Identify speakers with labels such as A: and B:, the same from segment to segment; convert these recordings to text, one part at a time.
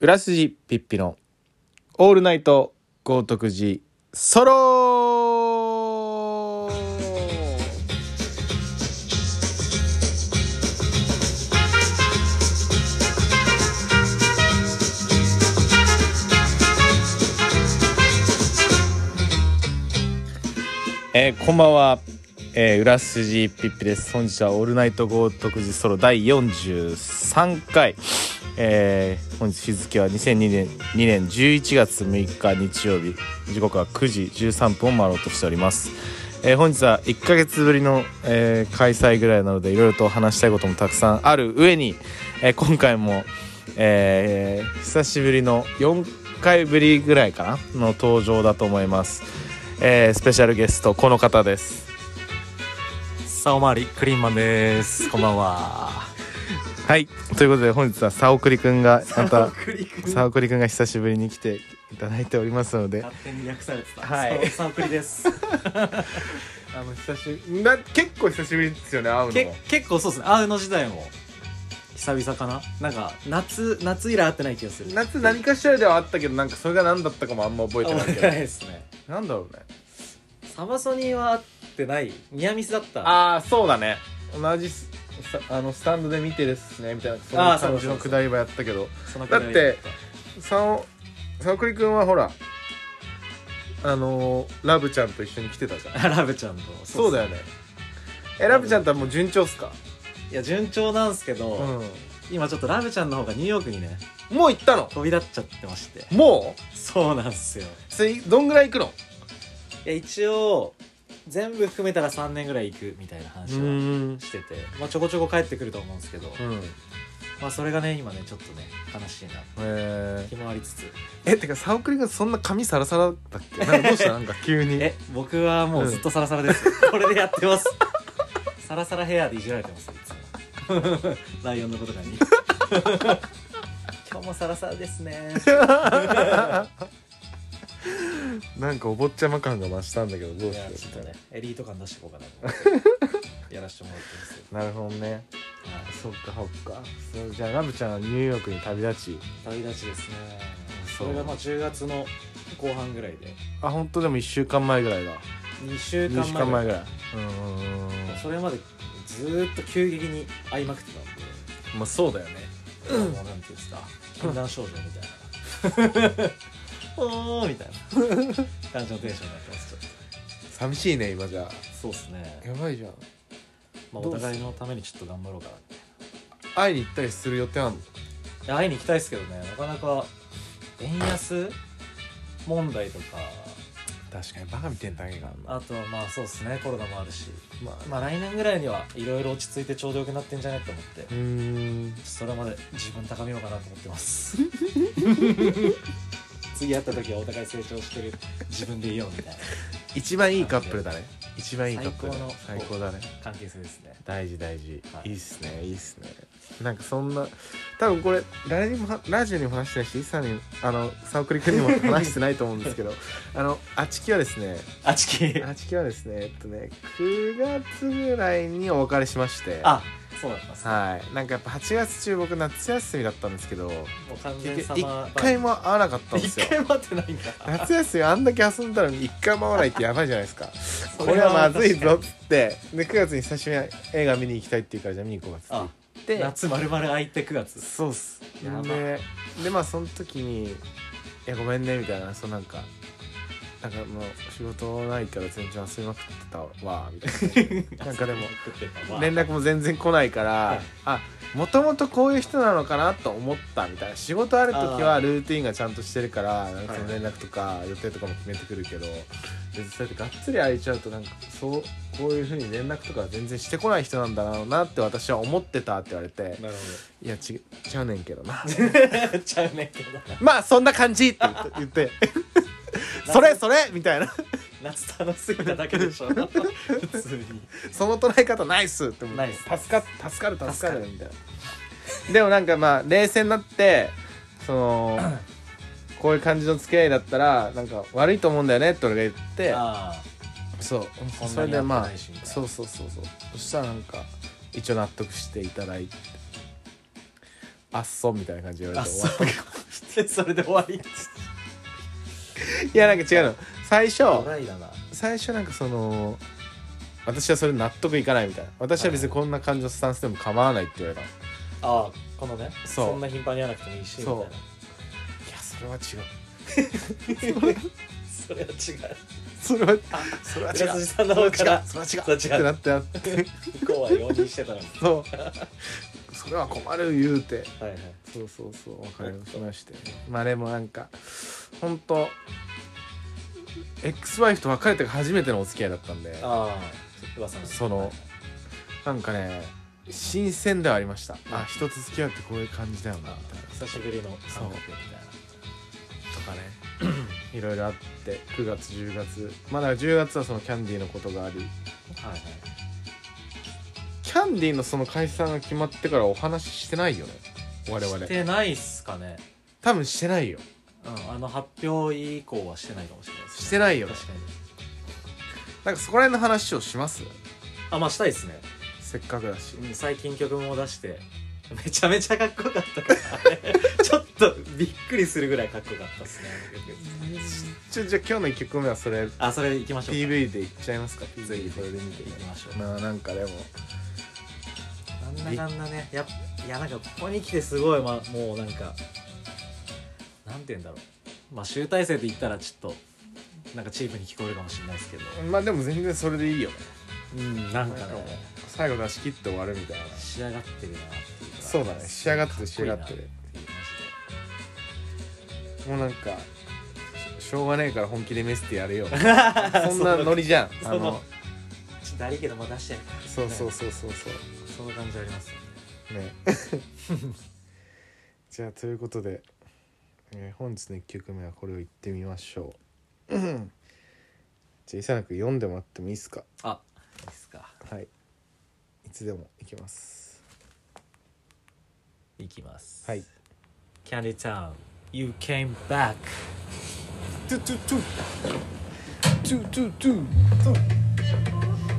A: 裏筋ピッピのオールナイト豪徳寺ソロえーこんばんは、えー、裏筋ピッピです本日はオールナイト豪徳寺ソロ第43回えー本日日付は2002年 ,2 年11月6日日曜日時刻は9時13分を回ろうとしております、えー本日は1ヶ月ぶりの、えー開催ぐらいなのでいろいろとお話したいこともたくさんある上に、えー今回も、えー久しぶりの4回ぶりぐらいかなの登場だと思います、えースペシャルゲストこの方です
B: さあおまわりクリーンマンです。こんばんは。
A: はいということで本日はサオクリくんがまた
B: クリ君
A: サオクリくんが久しぶりに来ていただいておりますので
B: 勝手に訳されてた。
A: はい
B: サオクリです。
A: あの久しぶりな結構久しぶりですよね会うの
B: け結構そうですね。アウノ時代も久々かな。なんか夏夏以来会ってない気がする。
A: 夏何かしらではあったけどなんかそれが何だったかもあんま覚えてない
B: 覚え
A: け
B: て
A: ど
B: ないですね。
A: なんだろうね
B: サマソニーは会ってない。ニアミスだった。
A: ああそうだね同じスさあのスタンドで見てですねみたいなそんな
B: あーそ
A: 感
B: うそう
A: じ
B: そう
A: のくだりはやったけど
B: そのくらい
A: だってサオサオクリくんはほらあのーラブちゃんと一緒に来てたじゃん
B: だった。ラブちゃんと。
A: そうだ
B: よ。
A: よねえラブちゃんとはもう順調っすか
B: いや順調なんですけど、
A: う
B: 今ちょっとラブちゃんの方がニューヨークにね
A: んもう行ったの
B: 飛び立っちゃってまして。
A: もう
B: そうなんですよ。
A: それどんぐらい行くの
B: いや一応全部含めたら3年ぐらい行くみたいな話を。
A: ん
B: してて、まあ、ちょこちょこ帰ってくると思うんですけど、
A: うん
B: まあ、それがね今ねちょっとね悲しいな
A: へー
B: 気もありつつ
A: えてかサオクリがそんな髪サラサラだっけなんかどう したなんか急に
B: え僕はもうずっとサラサラです、 これでやってますサラサラヘアでいじられてますいつも ライオンのことかに今日もサラサラですね
A: なんかお坊ちゃま感が増したんだけどど
B: いうや
A: し
B: ちょってと
A: る
B: ねエリート感出していこうかなと思 ってやらせてもらってますよ
A: なるほどね
B: はい
A: そっかそっかそうじゃあラブちゃんはニューヨークに旅立ち
B: 旅立ちですね
A: そ
B: そうれがまあ10月の後半ぐらいで
A: あ本当でも1週間前ぐらいだ
B: 2週
A: 2
B: 間
A: 週
B: 前
A: 間前
B: ぐらい
A: ぐらいうーん
B: それまでずーっと急激に会いまくって
A: まあそうだよね
B: たんで、もうなんていうんですか禁断症状みたいな おーみたいな感じのテンションになってますちょっ
A: 寂しいね今じゃ
B: とそうですね、
A: やばいじゃん
B: まあ、
A: ど
B: お
A: うす
B: 互いのためにちょっと頑張ろうかなって
A: 会いに行ったりする予定あんの
B: いや会いに行きたいですけどねなかなか円安問題とか
A: 確かにバカ見てんだけが
B: あとはまあそうですねコロナもあるしまあ、まあ、来年ぐらいにはいろいろ落ち着いてちょうどよくなってんじゃないと思って
A: うーん
B: それまで自分高めようかなと思ってます 次会った時はお互い成長してる自分でいようみたいな
A: 一番いいカップルだね一番いいカップルだ
B: 最高の
A: 最高だね
B: 関係性ですね
A: 大事大事、
B: はい
A: い、いっすねいいっすねなんかそんな多分これ誰にもはラジオにも話してないしさんにあのサオクリ君に も話してないと思うんですけどあのあちきはですね
B: あちき
A: あちきはですねえっとね9月ぐらいにお別れしまして
B: あそうだったんですね
A: はいなんかやっぱ8月中僕夏休みだったんですけど
B: もう完全
A: 結
B: 様
A: 局一回も会わなかったん ですよ
B: 一回待ってないんだ
A: 夏休みあんだけ遊んだのに一回も会わないってやばいじゃないですか
B: そ
A: こ
B: れ
A: れ
B: は
A: はまずいぞっつってで9月に久しぶりに映画見に行きたいって言うからじゃあ見に行こうかっつって
B: あ
A: 行って
B: 夏まるまる空いて9月
A: そうっす
B: やば
A: ででまあその時に「いやごめんね」みたいなそうなんかなんかもう仕事ないから全然遊びまくってたわみたいななんかでも連絡も全然来ないから
B: い
A: あもともとこういう人なのかなと思ったみたいな仕事ある時は
B: あ
A: ルーティンがちゃんとしてるからなんかその
B: は
A: 連絡とか予定とかも決めてくるけど別にそうやってがっつり空いちゃうとなんかそうこういうふうに連絡とかは全然してこない人なんだろうなって私は思ってたって言われて
B: なる
A: 「いやちちゃうねんけどな」
B: ほど ちゃうねんけど
A: まあそんな感じって言って それそれみたいな
B: 夏楽しすぎただけでしょ 普通に
A: その捉え方ナイスって思っ
B: ナイ
A: て
B: ス
A: 助か助かる助かるみたいなでもなんかまあ冷静になってそ のこういう感じの付き合いだったらなんか悪いと思うんだよねって俺が言って
B: あ
A: そう
B: こん
A: そ
B: な
A: れ
B: に
A: でま
B: 合って
A: あ
B: ないしみたいな
A: そうそうそうそうそしたらなんか一応納得していただいてあっそみたいな感じで言われ
B: あ
A: て終わっ
B: そうかそれで終わり
A: た いやなんか違うの最初
B: ドライだな
A: 最初なんかその私はそれ納得いかないみたいな私は別にこんな感じのスタンスでも構わないって言われたの、
B: ああこのね
A: そう
B: そんな頻繁に会わなくてもいいしみたい
A: そう
B: ない
A: やそれは違う
B: それは違う
A: それはそれは違
B: 浦
A: う
B: 筋さんの方から
A: それは違う
B: それは違う
A: ってなってなって
B: 向こうは容認してたのに
A: そうそれは困る言うて
B: はいはい
A: そうそうそう別れをしましてまあでもなんか本当 X ワイフと別れて初めてのお付き合いだったんで
B: ああ噂の
A: そのなんかね新鮮ではありましたあ一つ付き合うってこういう感じだよなみたいな
B: 久しぶりの
A: そう
B: 感覚みたいな
A: とかね いろいろあって9月10月まあだから10月はそのキャンディーのことがあり
B: はいはい
A: キャンディーのその解散が決まってからお話ししてないよね我々
B: してないっすかね
A: 多分してないよ
B: うんあの発表以降はしてないかもしれないです
A: してないよね
B: 確かに
A: なんかそこら辺の話をします
B: あまあしたいっすね
A: せっかくだし
B: うん最近曲も出してめちゃめちゃかっこよかったから ねちょっとびっくりするぐらいかっこよかったっすねあの曲
A: ちょじゃあ今日の1曲目はそれ
B: あそれ行きましょうか
A: PV でいっちゃいますか
B: ぜひ
A: こ
B: こ
A: れ
B: れ
A: で
B: で
A: 見
B: 見
A: て
B: て
A: い
B: い
A: き
B: き
A: ま
B: ま
A: し
B: し
A: ょ
B: ょ
A: う
B: う
A: なあなんかでも
B: なんだかんだねやっいやなんかここに来てすごい、ま、もうなんかなんて言うんだろうまあ集大成で言ったらちょっとなんかチープに聞こえるかもしれないですけど
A: まあでも全然それでいいよね
B: うんなんか
A: なんかもう
B: ね
A: 最後出し切って終わるみた いな
B: 仕上がってるなっていうか
A: そうだね仕上がってる仕上がって
B: か
A: る
B: っこいいなっていう感
A: もうなんかししょうがねえから本気でメスってや るよ
B: じで
A: そんなノリじゃん
B: そ
A: あ
B: の
A: の
B: ちょっとだりけどまあ出してやるから
A: そうそうそうそうそう
B: そんな感じありますよね
A: ねじゃあということで、えー本日の1曲目はこれをいってみましょ うじゃあ伊佐野君読んでもらってもいいですか
B: あいいっすか
A: はいいつでもいきます
B: いきます
A: はい
B: Candy Town You came back
A: トゥトゥトゥトゥトゥトゥトゥ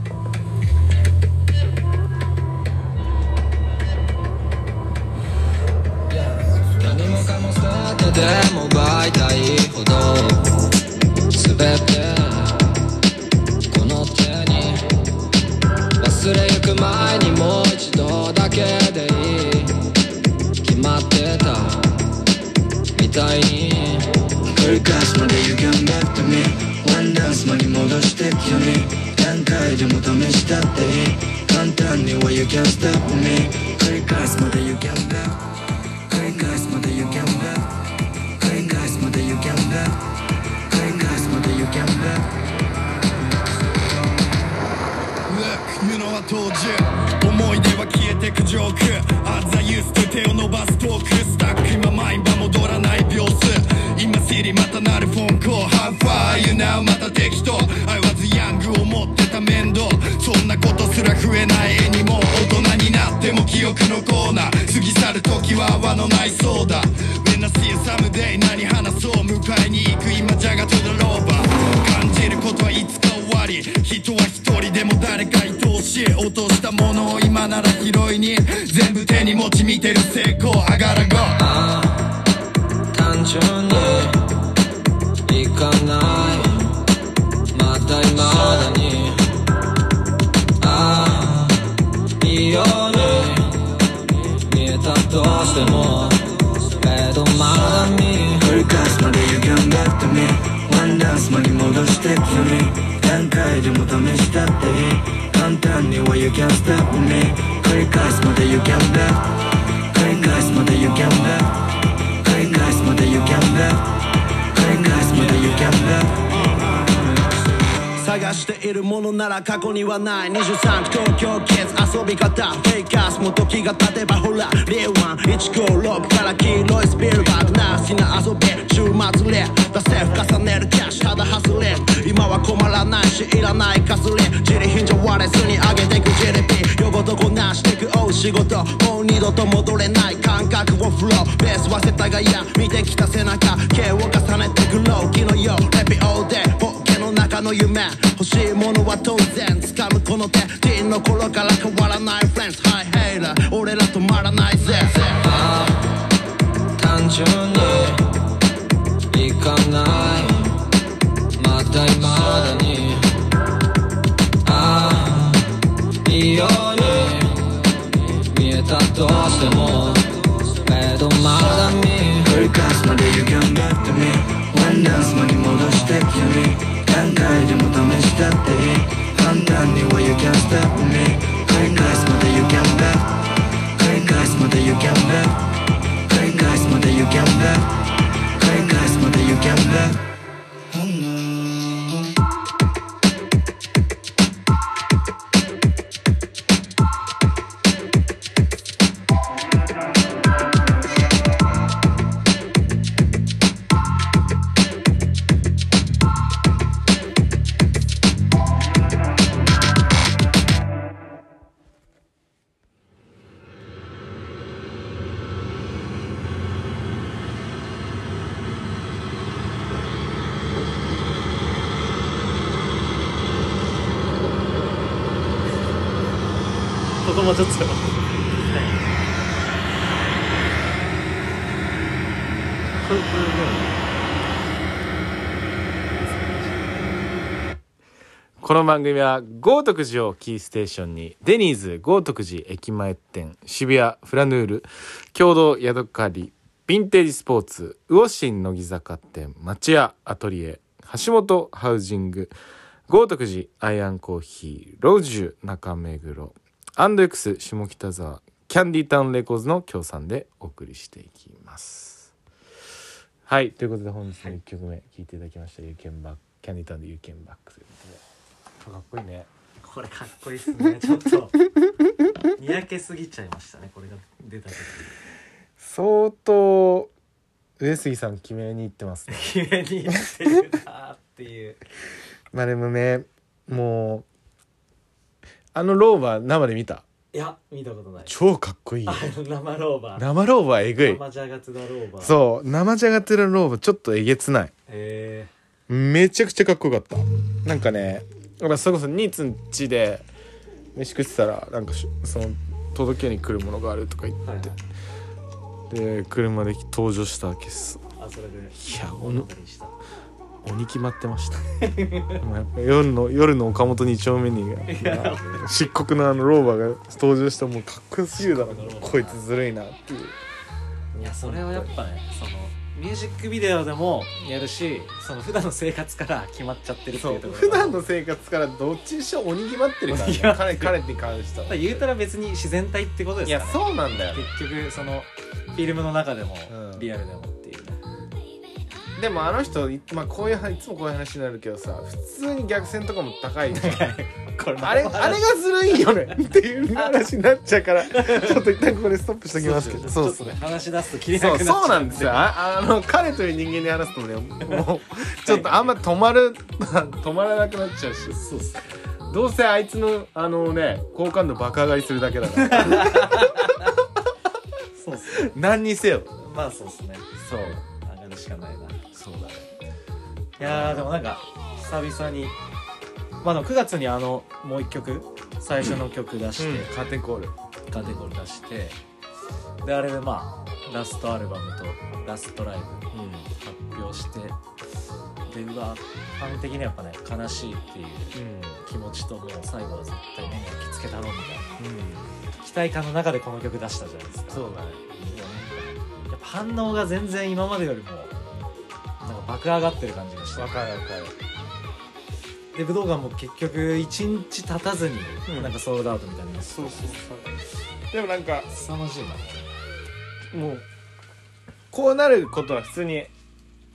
C: 何もかも捨ててでも媒体ほど全てこの手に忘れゆく前にもう一度だけでいい決まってたみたいに
D: 繰り返すまで歪んだってみワンダンス間に戻して君何回でも試したっていい簡単には You can't stop me 繰り返すまで You can't back 繰り返すまで You can't back 繰り返すまで You can't back 繰り返すまで You can't back
E: Look, you know I told you 思い出は消えてくジョーク As I used to 手を伸ばすトークスタック今マインは戻らない秒数今シリまたなるフォンコ How far you now また適当 I was young 思ってた面倒そんなことすら増えない絵にも大人になっても記憶のコーナー過ぎ去る時は泡のないそうだ When I see you someday 何話そう迎えに行く今じゃがとだローバー感じることはいつか終わり人は一人でも誰か愛おしい落としたものを今なら拾いに全部手に持ち見てる成功あがらが
C: ああ単純に行かないまた未だにああいいように見えたとしてもけどまだ見
D: 繰り返すまで You can't back to me ワンダンス間に戻して君何回でも試したっていい簡単には You can't stop me 繰り返すまで You can't back 繰り返すまで You can't back 繰り返すまで You can't back 繰り返すまで You can't back
E: 探しているものなら過去にはない23区東京キッズ遊び方フェイカースも時が経てばほら令和156から黄色いスピルバーグナーシな遊び週末レ出せ重ねるキャッシュただ外れ今は困らないしいらないかすれ自利品じゃ割れずに上げてく GDP 横とこなしてくおう仕事もう二度と戻れない感覚をフローベースは世田谷見てきた背中毛を重ねてくローキのようレピオーでポッケの中の夢欲しいものは当然掴むこの手ティーンの頃から変わらないフレンズハイヘイラー俺ら止まらないぜ
C: ああ順に行かないまた未だにああいいように見えたとしてもけどまだ見
D: 繰り返すまで You can back to me One dance 間に戻して君何回でも試したっていい簡単には You can stop me 繰り返すまで You can back 繰り返すまで You can back 繰り返すまで You can back 繰り返すまで You can back ほんの
B: ここもちょっと
A: この番組は豪徳寺をキーステーションにデニーズ豪徳寺駅前店渋谷フラヌール共同宿刈りヴィンテージスポーツ魚新乃木坂店町屋アトリエ橋本ハウジング豪徳寺アイアンコーヒーロージュ中目黒アンド X 下北沢キャンディタウンレコーズの協賛でお送りしていきます。はいということで本日の1曲目聴いていただきました「ユーケンバック」キャンディタウンで「ユーケンバック」ということでかっこいいね。
B: これかっこいいっすね ちょっとにやけすぎちゃいましたねこれが出た時
A: 相当上杉さん決めに行って ますね
B: 決めに行ってるなーっていう
A: まあでもねもうあのローバー生で見た
B: いや見たことない
A: 超かっこいいよ
B: あの生ローバー
A: 生ローバーえぐい
B: 生ジャガツダローバーう
A: そう生じゃがてるローバーちょっとえげつない
B: え
A: めちゃくちゃかっこよかったなんかねだからそれこそニーツん家で飯食ってたらなんかしその届けに来るものがあるとか言
B: ー、はいは
A: っ
B: い
A: て、で車で登場したわけっす
B: あそれで
A: いやお
B: お
A: の
B: のりした
A: 鬼決まってましたもうやっぱ夜の夜の岡本二丁目に漆黒のあのローバーが登場したもうかっこよすぎるだろ
B: 漆黒のローバー
A: こいつずるいなっていう
B: いやそれはやっぱねそのミュージックビデオでもやるしその普段の生活から決まっちゃってるって
A: そ
B: いううところ
A: 普段
B: の
A: の生活からどっちにしろ鬼決まってるから、ね
B: 鬼、決まって
A: 彼彼に関しては
B: 言うたら別に自然体ってことで
A: い
B: すか
A: や
B: らね
A: そうなんだよ
B: 結局そのフィルムの中でも、
A: うん
B: リアルでもっていうね
A: でもあの人、いまあ、こういうはいつもこういう話になるけどさ普通に逆線とかも高い
B: これ
A: あれあれがずるいよねっていう話になっちゃうからちょっと一旦ここでストップしときますけど
B: そうですね話し出すと切れな
A: そう
B: くなっちゃう
A: そうなんですよああの彼という人間に話すとねもうちょっとあんま止まる 止まらなくなっちゃうし
B: そうっすね
A: どうせあいつのあのね好感度爆上がりするだけだから
B: そうっすね
A: 何にせよ
B: まあそうっすね
A: そう
B: 上がるしかないな
A: そうだね
B: いやーでもなんか久々にまあでも9月にあのもう一曲最初の曲出して、
A: カーテンコール
B: カテゴリー出してであれでまあラストアルバムとラストライブ発表してでうわファン的にはやっぱね悲しいっていう気持ちともう最後は絶対目に焼き付けたろうみた
A: うん、うん、
B: いな期待感の中でこの曲出したじゃないですか
A: そうだね
B: もうねやっぱ反応が全然今までよりもなんか爆上がってる感じがして
A: わかるわかる
B: で武道館も結局1日経たずに、
A: うん
B: なんかソールドアウトみたいになそうそう
A: でもなんか
B: 凄まじいな
A: もうこうなることは普通に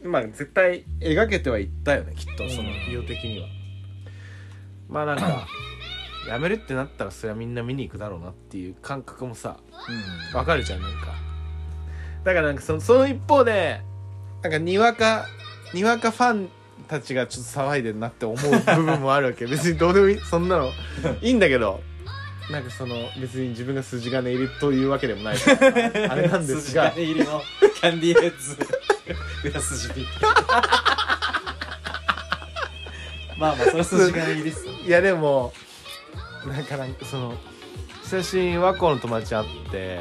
A: まあ絶対描けてはいったよねきっとその
B: うん
A: 意欲的には、まあなんか やめるってなったらそれはみんな見に行くだろうなっていう感覚もさ
B: う
A: わかるじゃんなんかだからなんかそのその一方でなんかにわかにわかファンたちがちょっと騒いでるなって思う部分もあるわ け別にどうでもいいそんなのいいんだけどなんかその別に自分が筋金入りというわけでもない からあれなんですが
B: 筋金入りのキャンディーヘッズ裏筋ピッまあまあそれは筋金入りですよ
A: いやでもなんかなんかその久しぶりに和光の友達会って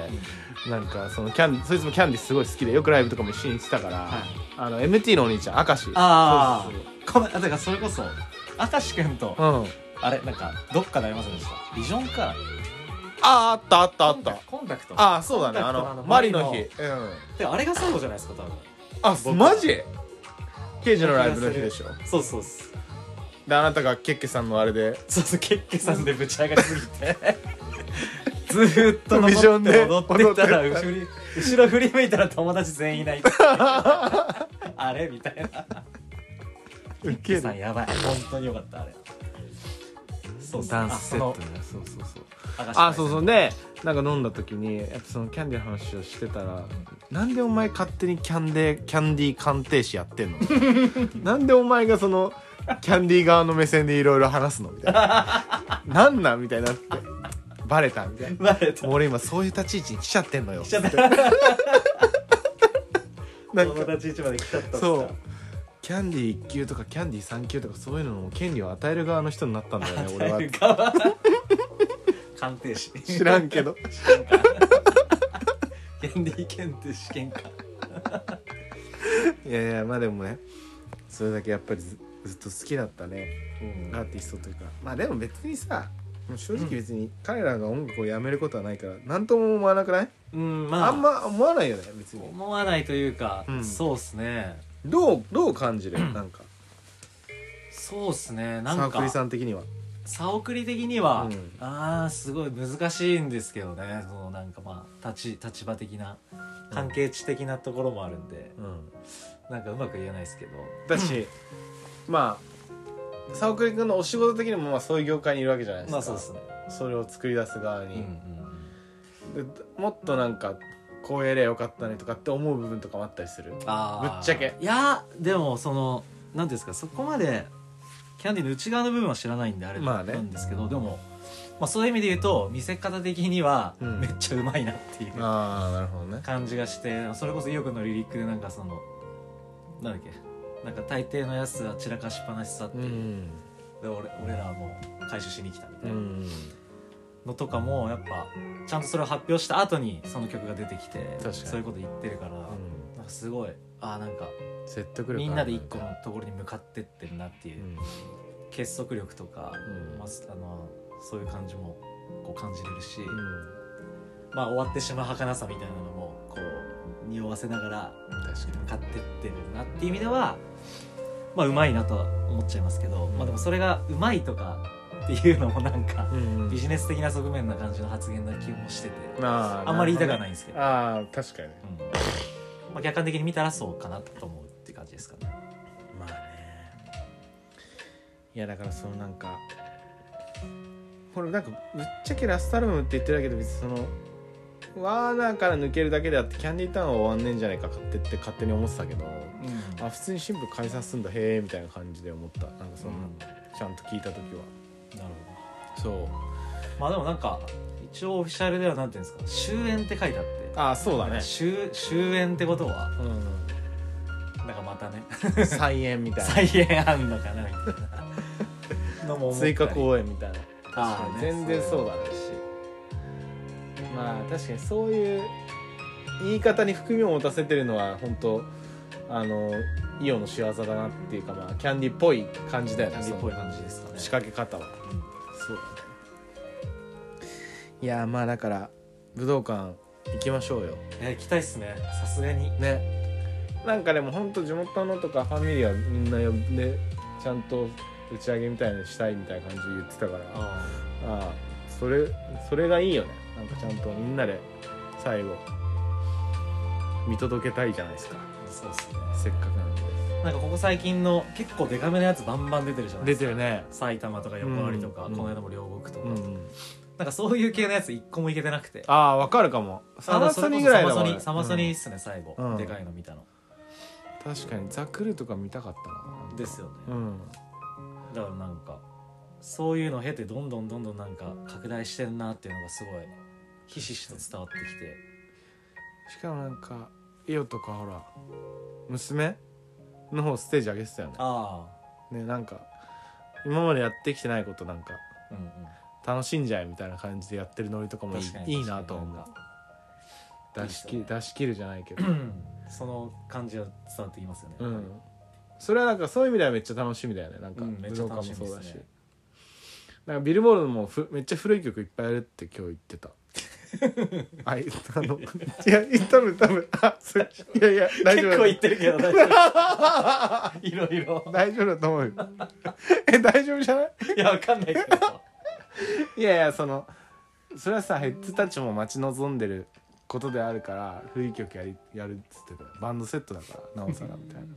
A: なんかそのキャンそいつもキャンディすごい好きでよくライブとかも一緒に行ってたから、あの MT のお兄ちゃん明石
B: あ
A: そうそう
B: あこのだからそれこそ明石君と
A: そううん
B: あれなんかどっかでありませんでしたビジョン
A: あ
B: か
A: ああったあったあった
B: コンタクト
A: ああそうだね
B: コン
A: あ
B: タクトのあ
A: の
B: の
A: マリの
B: マ
A: 日
B: リ
A: うん
B: であれが最後じゃないですか多分
A: あ
B: 僕
A: マジ刑事のライブの日でしょ
B: そうそうっす
A: であなたがケッケさんのあれで
B: そうそうケッケさんでぶち上がりすぎて ずーっと
A: ビジョ
B: 登っ
A: ン
B: て
A: で
B: 踊って たら
A: 踊ってた
B: 後ろに後ろ振り向いたら友達全員いない あれみたいな
A: ウ
B: ケッケさんやばい本当によかったあれそうっす
A: ダンスセットね
B: あ
A: そうそうそう
B: その明石
A: あそうそうでなんか飲んだ時にやっぱそのキャンディーの話をしてたら「なんでお前勝手にキャンデーキャンディー鑑定士やってんの? 」なんでお前がそのキャンディー側の目線でいろいろ話すの?」みたいな「なんなん?」みたいになってバレたみたいな。
B: バレた
A: もう俺今そういう立ち位置に来ちゃってんのよ
B: 来ちゃった
A: なんか
B: 友達市場で来ちゃったんですか
A: そうキャンディー1級とかキャンディー3級とかそういうのの権利を与える側の人になったんだよ ね俺は
B: 誰かは 鑑定士
A: 知らんけど
B: キャンディー検定試験官
A: いやいやまあでもねそれだけやっぱりずずっと好きだったねアーティストというかまあでも別にさもう正直別に彼らが音楽をやめることはないから何とも思わなくない
B: うんまあ
A: あんま思わないよね別に
B: 思わないというか、
A: うん
B: そうっすね
A: どうどう感じるなんか
B: そうっすねな
A: サ
B: ん
A: ークリ
B: か
A: さん的には
B: 差送り的には、
A: うん
B: ああすごい難しいんですけどねそのなんかまあ立ち立場的な関係値的なところもあるんで、
A: うん
B: なんかうまく言えないですけど
A: だしまあサオクリ君のお仕事的にもまあそういう業界にいるわけじゃないですか、
B: まあそうっすね、
A: それを作り出す側
B: うんう
A: に、
B: ん、
A: でもっとなんかこうやりゃよかったねとかって思う部分とかもあったりする
B: あー
A: ぶっちゃけ
B: いやーでもその何ていうんですかそこまでキャンディーの内側の部分は知らないんであれ
A: ま
B: な
A: あね
B: んですけど、でも、まあ、そういう意味で言うと見せ方的には
A: うん
B: めっちゃうまいなっていう
A: ああなるほどね
B: 感じがして、それこそイオくんのリリックでなんかそのなんだっけなんか大抵のやつは散らかしっぱなしさって
A: う
B: いう、
A: ん
B: で俺俺らはもう回収しに来たみ
A: う
B: たいなんのとかもやっぱちゃんとそれを発表した後にその曲が出てきて
A: 確かに
B: そういうこと言ってるから、なんかすごいあーなんか
A: 説得力ある
B: みんなで一個のところに向かってってるなっていうう、
A: ん
B: 結束力とか、
A: うん
B: まあ、あのそういう感じもこう感じれる
A: う
B: し、
A: ん
B: まあ終わってしまう儚さみたいなのもこう匂わせながら
A: 確か
B: 向かってってるなっていう意味ではまあうまいなとは思っちゃいますけど、まあでもそれがうまいとかっていうのもなんか
A: にうん
B: ビジネス的な側面な感じの発言な気もしてて、
A: あー
B: あんまり言いたくは
A: な
B: ない
A: る
B: んですけ
A: ほ
B: ど、
A: どねああ確かに
B: うんまあ、客観的に見たらそうかなと思うって感じですかね。
A: まあねいやだからそのなんかこれなんかぶっちゃけラストアルバムって言ってるだけで別にそのワーナーから抜けるだけであってキャンディータウンは終わんねえんじゃないか勝手って勝手に思ってたけどあ普通に新聞解散すんだへえみたいな感じで思ったなんかその、
B: うん
A: ちゃんと聞いた時は
B: なるほど
A: そう
B: まあでもなんか一応オフィシャルではなんていうんですか終焉って書いてあって
A: ああそうだね
B: 終終焉ってことは
A: う
B: なんかまたね
A: ん再演みたい
B: 再演あんのかなみた いな のも
A: な
B: 思ったり
A: 追加公演みたいな
B: ああね
A: 全然そうだねまあ確かにそういう言い方に含みを持たせてるのは本当あのイオの仕業だなっていうかまあキャンディーっぽい感じだよ
B: キ
A: ね
B: ャンディーっぽい感じですか
A: そ
B: ね
A: の仕掛け方は、そうだねいやーまあだから武道館行きましょうよ
B: えー行きたいっすねさすがに
A: ねなんかでも本当地元のとかファミリーはみんな呼んでちゃんと打ち上げみたいにしたいみたいな感じで言ってたから
B: あ
A: ああそれそれがいいよねなんかちゃんとみんなで最後見届けたいじゃないですか
B: あそうっすね
A: せっかくなんで
B: なんかここ最近の結構デカめのやつバンバン出てるじゃないですか
A: るね
B: 埼玉とか横回りとか、
A: うん
B: この間も両国とか、
A: うん、
B: なんかそういう系のやつ一個もいけてなくて
A: ああわかるかもサマソニぐらいだも
B: サ
A: ん
B: マソ
A: ね
B: ニサマソニっすね、最後、
A: うん
B: でかいの見たの
A: うん確かにザクルーとか見たかった
B: ですよね、
A: なうん
B: だからなんかそういうのを経てどんどんどんどんなんか拡大してんなっていうのがすごいひしひしと伝わってきて
A: しかもなんかイオとかほら娘の方ステージ上げてたよね
B: あ
A: ねなんか今までやってきてないことなんか
B: あうんうん
A: 楽しんじゃえみたいな感じでやってるノリとかもいい
B: 確かに
A: いいなと思う
B: 確
A: 出し切出し切るじゃない けど
B: うんその感じは伝わってきますよね、
A: うんそれはなんかそういう意味ではめっちゃ楽しみだよねなんか、
B: うんめっちゃ楽しみ
A: 武道館も
B: ですね
A: そうだしなんかビルボールドもふめっちゃ古い曲いっぱいあるって今日言って たあい あのいや多分多分あそれいやいや大丈
B: 結構言っ
A: 夫
B: てるけど大丈夫 いろいろ
A: 大丈夫だと思うよ え大丈夫じゃない
B: いやわかんないけど
A: いやいやそのそれはさヘッズたちも待ち望んでることであるから古い曲やりやるっつってたよバンドセットだからなおさらみたいな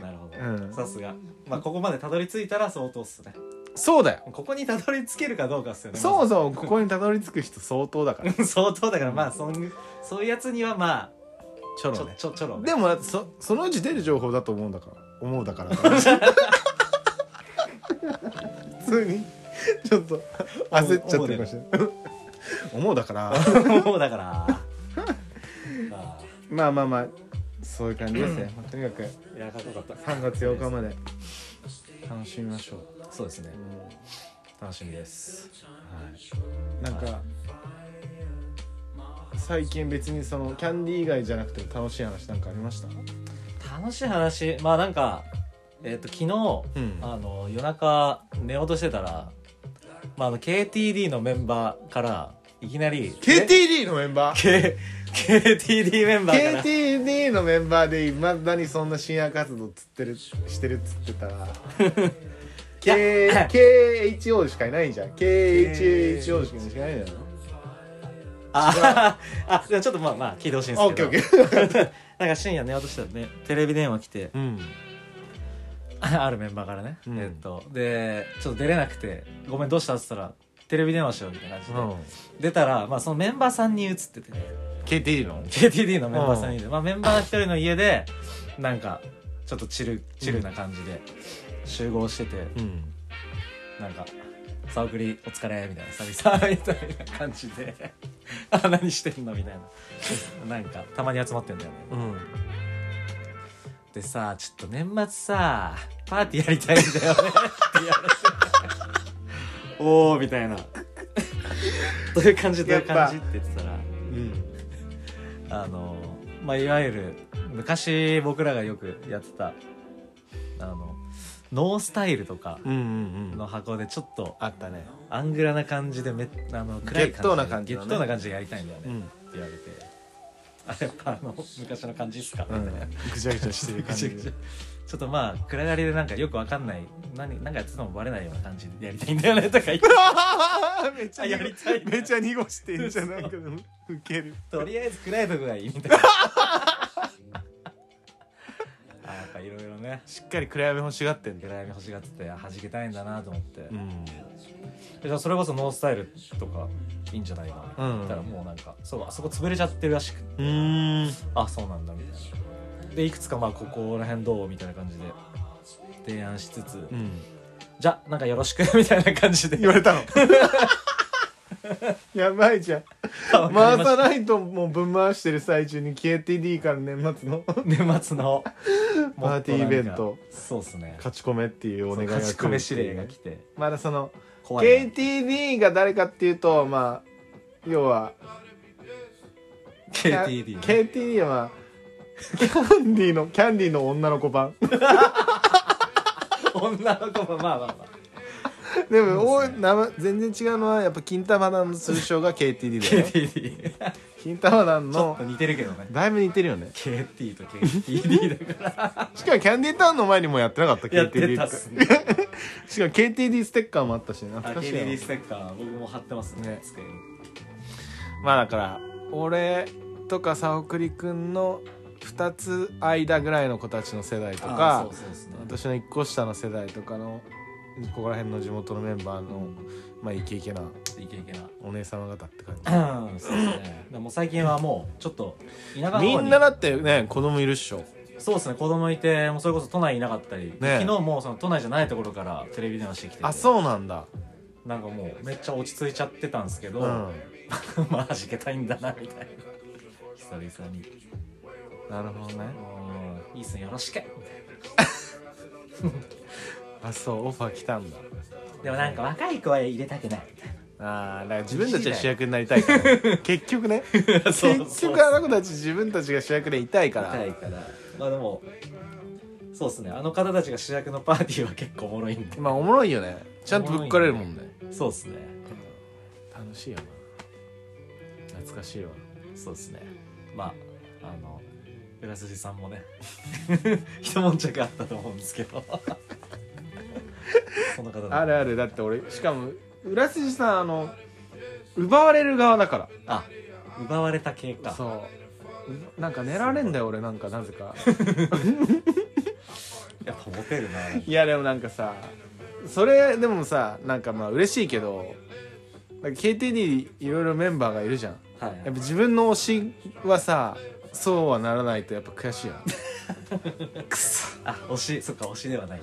B: なるほ
A: うん
B: どさすがまあここまでたどり着いたら相当っすね
A: そうだよ
B: ここにたどり着けるかどうかっすよね
A: そも
B: う
A: そもここにたどり着く人相当だから
B: 相当だからまあそんそういうやつにはま
A: ちょ
B: あち
A: ろ
B: ょ
A: ね
B: ちょちょろね
A: でもだってそそのうち出る情報だと思うんだから思うだから普通にちょっと焦っちゃってるかもしれない思うだから
B: もうだからあ
A: まあまあまあそういう感じですね、とにかく
B: ーいやかっこよかった
A: 3月8日まで楽しみましょ
B: そうですね
A: う、
B: 楽しみです
A: なんか最近別にそのキャンディー以外じゃなくても楽しい話なんかありました
B: 楽しい話まあなんかえっ、と昨日
A: うん
B: あの夜中寝ようとしてたら、まあ、あの KTD のメンバーからいきなり
A: KTD のメンバー
B: K- KTD メンバーから
A: KTD のメンバーでいまだにそんな深夜活動つって るしてるっつってたら K- KHO しかいないじゃん KHHO しかいないじ
B: ああでもちょっとまあまあ聞いてほしいん
A: ゃ
B: で
A: んオ
B: す
A: ッ
B: け
A: ケー
B: ど
A: オッケー
B: なんか深夜寝ようとしてたらねテレビ電話来て
A: うん
B: あるメンバーからね、
A: うん
B: えっとでちょっと出れなくて「ごめんどうした?」っつったら「テレビ電話しよう」みたいな感じで、出たら、まあ、そのメンバーさんに映ってて、
A: KTD の
B: KTD のメンバーさんにいて、まあ、メンバー一人の家でなんかちょっとチルチルな感じで集合してて、
A: うん
B: なんか「さ送りお疲れ」みたいな「久々」みたいな感じで「あ何してんの?」みたいななんかたまに集まってんだよね
A: うん
B: でさちょっと年末さパーティーやりたいんだよ ねって言われておおみたい などういう感じどういう感じって言ってたらあの、まあ、いわゆる昔僕らがよくやってたあのノースタイルとか
A: うんうん
B: の箱でちょっと
A: あったね
B: アングラな感じでめあの暗い感じ
A: ゲ
B: で
A: ットーな感じ
B: ゲ
A: のね
B: ットーな感じでやりたいんだよね、
A: うん
B: って言われてあやっぱあの昔の感じっすかみ
A: う
B: たい
A: ん
B: な、
A: ぐちゃぐちゃしてる感 じ
B: ぐちゃぐちゃちょっとまあ暗がりでなんかよくわかんない何なんかやっててもバレないような感じでやりたいんだよねとか言って
A: めっち
B: やりたい
A: めっちゃ濁してんじゃんなんかウケる
B: とりあえず暗いとこがいいみたいな あやっぱいろいろね
A: しっかり暗闇欲しがってんだよ
B: 暗闇欲しがってて弾けたいんだなと思って、
A: うん
B: じゃあそれこそノースタイルとかいいんじゃないかな、
A: うん
B: 言ったらもうなんかそうあそこ潰れちゃってるらしく
A: うーん
B: あそうなんだみたいなでいくつかまあここら辺どうみたいな感じで提案しつつ、
A: うん
B: じゃあなんかよろしくみたいな感じで
A: 言われたの やばいじゃん
B: あわか
A: 回
B: りま
A: さないともうぶん回してる最中に KTD から年末の
B: した年末の
A: パーティーイベント
B: もっとなんかそうっすね
A: 勝ち込めっていうお願いが
B: 勝ち込め
A: 来
B: 指
A: るってい
B: 令
A: うね
B: が来て
A: まだその
B: 怖いな
A: KTD が誰かっていうとまあ要は
B: KTD
A: KTD はまあキャンディーのキャンディーの女の子 版
B: 女の子もまあまあまあ
A: でもお名前全然違うのはやっぱ金玉団の通称が KTD だよ
B: KTD ち
A: 金玉団
B: ょ
A: の
B: っと似てるけどね
A: だいぶ似てるよね
B: KT と KTD だから
A: しかもキャンディータウンの前にも やってなかった
B: やってた
A: KTD
B: っすね
A: しかも KTD ステッカーもあったしね懐かしいな
B: KDD ステッカー僕も貼ってますね
A: ね
B: 机に
A: まあだから俺とかさおくりくんの2つ間ぐらいの子たちの世代と
B: あ
A: か
B: ーそうそうですね
A: 私の1個下の世代とかのここら辺の地元のメンバーの、まあイケイケな
B: イケイケな
A: お姉様方って感じ
B: うんそうですねでも最近はもうちょっと田舎の方
A: み
B: に
A: んなだってね子供いるっしょ
B: そうですね子供いてもうそれこそ都内いなかったり、
A: ね
B: 昨日もその都内じゃないところからテレビ電話してきて
A: あそうなんだ
B: うなんかもうめっちゃ落ち着いちゃってたんですけど、
A: うん
B: まあ弾けたいんだなみたいな久々に
A: なるほどね
B: 「うんいいっすねよろしく」みたいな
A: あそうオファー来たんだ
B: でもなんか若い子は入れたくないみたいな
A: ああだから自分たちが主役になりたいから 結局ね
B: そうそう
A: 結局あの子たち自分たちが主役でいたいから
B: 痛いからまあでもそうっすねあの方たちが主役のパーティーは結構おもろいんで
A: まあおもろいよねちゃんとぶっかれるもんね
B: そうっすね
A: 楽しいよな懐かしいわ
B: そうっすねまああの浦筋さんもね 一悶着あったと思うんですけどその方の
A: あるあるだって俺しかも浦筋さんあの奪われる側だか
B: あ奪われた系から
A: そうなんか寝られんだよ俺なんかなぜ か
B: やっぱモテるない
A: やでもなんかさそれでもさなんかまあ嬉しいけどなんか KTD いろいろメンバーがいるじゃん
B: は
A: や
B: い
A: っぱ自分の推しはさそうはならないとやっぱ悔しいよね
B: あ推しそっか推しではない、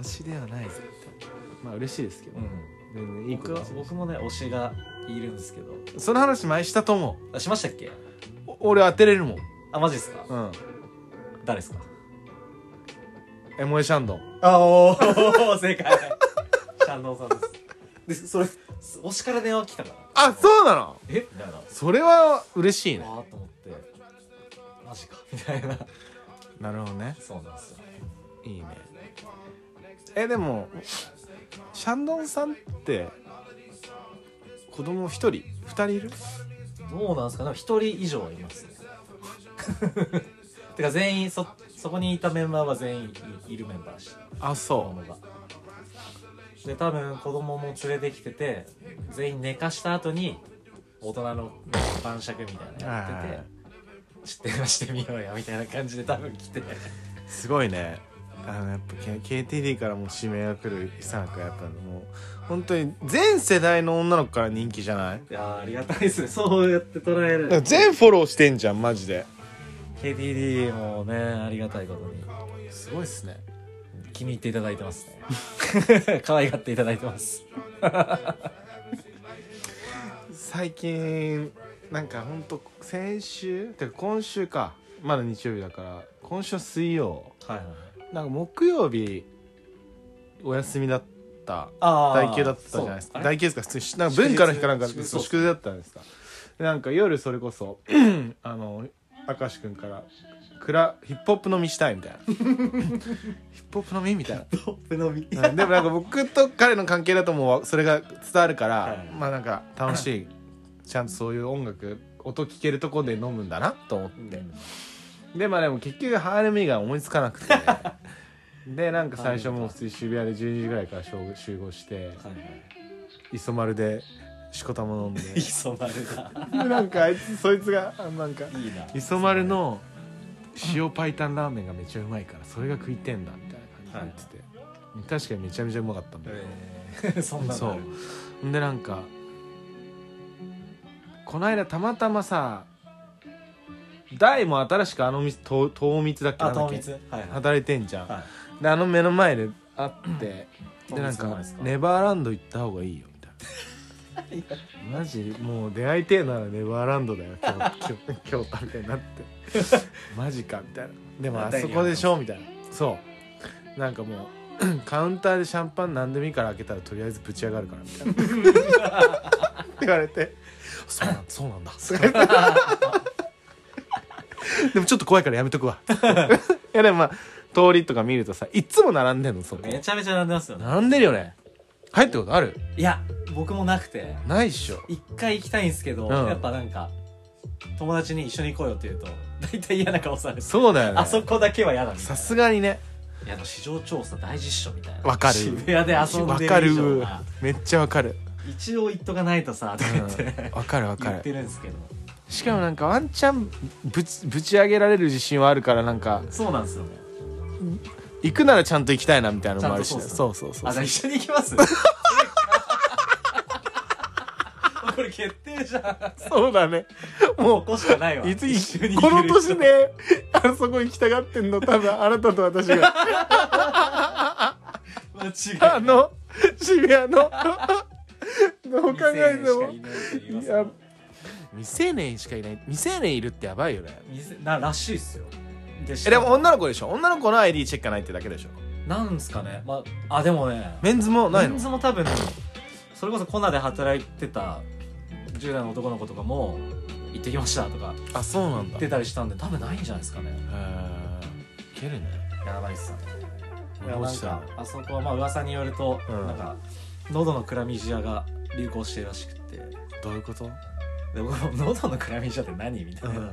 A: 推しではないぞってまあ嬉しいですけど、
B: ん、
A: 全然いいこ
B: 僕
A: と
B: は
A: です
B: 僕もね推しがいるんですけど
A: その話前したと思
B: あしましたっけ
A: うお俺当てれるもん
B: あマジですか
A: うん
B: 誰ですか
A: エモエシャンドン
B: あおー正解シャンドンさんですでそれす推しから電話来たから
A: あそうなの
B: えみたいなわ
A: それは嬉しいね
B: ーっと思ってマジかみたいな
A: なるほどね
B: そうなんですよ
A: いいねえでもシャンドンさんって子供一人二人いる
B: どうなんですかね一人以上はい ますねてか全員そそこにいたメンバーは全員いいるメンバーだし
A: あ
B: 子
A: そ
B: 供がで多分子供も連れてきてて全員寝かした後に大人の晩酌みたいなのやって
A: はいはいは
B: て「ちょっと電話してみようや」みたいな感じで多分来て
A: うすごいねあのやっぱ K- KTD からもう指名が来る久中やっぱもう本当に全世代の女の子から人気じゃない
B: いやーありがたいですねそうやって捉え
A: だから
B: る
A: 全フォローしてんじゃんマジで
B: KDD もねありがたいことに
A: すごいっすね
B: 気に入っていただいてますね 可愛がっていただいてます
A: 最近なんかほんと先週てか今週かまだ日曜日だから今週は水曜
B: はいはいはい
A: なんか木曜日お休みだった
B: あー
A: 代休だったじゃないですか
B: そうあれ
A: 代休ですか普通にしなんか文化の日かなんか
B: 祝日
A: そう祝日だったんですかでなんか夜それこそ あの明石君からクラヒップホップ飲みしたいみ たいなヒップホップ飲みみたいな
B: トップのみ
A: うんでもなんか僕と彼の関係だともうそれが伝わるから、
B: はい
A: まあなんか楽しいちゃんとそういう音楽音聞けるとこで飲むんだなと思って、でまあでも結局ハーレム以外思いつかなく てでなんか最初もう普通に渋谷で12時ぐらいから集合集合して
B: はいはい
A: 磯丸でしこたま 飲んでで
B: 磯丸だ
A: なんかあいつそいつがあなんか
B: いいな
A: 磯丸の塩白湯ラーメンがめちゃうまいからそれが食いてんだみたいな感じで言ってて、確かにめちゃめちゃうまかったんだけど、
B: えー そんなの
A: そ
B: ある
A: うんでなんかこの間たまたまさ大も新しくあの店と糖蜜だっけな
B: あ
A: んだっ
B: 糖
A: け
B: 蜜はいはい
A: 働いてんじゃん、
B: は
A: であの目の前で会って
B: うん
A: でなん
B: 糖蜜うまい
A: か
B: っすか
A: ネバーランド行った方がいいよみたい なマジもう出会いてえならネバーランドだよ今日今日今日みたいになって マジかみたいなでもあそこでしょみたいなそうなんかもう カウンターでシャンパン何でもいいから開けたらとりあえずぶち上がるからみたいなって 言われてそうなんそうなんだとか言ってでもちょっと怖いからやめとく わいやでもまあ通りとか見るとさいっつも並んでんのそこ
B: いめちゃめちゃ並んでますよね
A: 並んでるよね入ったことある
B: いや僕もなくて
A: ないっしょ
B: 一回行きたいんですけど、
A: うん
B: やっぱなんか友達に一緒に行こうよって言うと大体嫌な顔されて
A: そうだよね
B: あそこだけは嫌だみたい
A: さ
B: な
A: すがにね
B: いやでも市場調査大実証みたいな
A: わかる
B: 渋谷で遊ん
A: わ
B: で
A: か
B: る以
A: る
B: 上は
A: めっちゃわかる
B: 一応行っとかないとさとか
A: う
B: 言って、
A: んわかるわか
B: 言って
A: る
B: るんですけど
A: しかもなんかワンチャンぶちぶち上げられる自信はあるからなんか
B: そうなんですよね
A: 行くならちゃんと行きたいなみたいなのもあるしね
B: ちゃんと
A: そ
B: そう
A: そうそう
B: あじゃあ一緒に行きます これ決定じゃん
A: そうだねも
B: ここしかないわ
A: ういつ
B: 一緒に
A: こ
B: 行
A: の
B: ける人
A: 年であそこ行きたがってんの多分あなたと私が
B: 間違いない
A: あの渋谷のどう考えても
B: い
A: いや未成年しかいない未成年いるってやばいよね
B: ならしいっすよでし
A: えでも女の子でしょ女の子の ID チェックがないってだけでしょ
B: なんすかねまああでもね
A: メンズもないの
B: メンズも多分そそれこそコナで働いてた10代の男の子とかも行ってきましたとか
A: あそうなんだ
B: 出たりしたんで多分ないんじゃないですかね
A: いけるね
B: やばいっすねいや
A: どう
B: なん
A: した
B: かあそこはまあ噂によると、
A: うん
B: なんか喉のクラミジアが流行してるらしくって
A: どういうこと
B: で僕も喉のクラミジアって何みたいな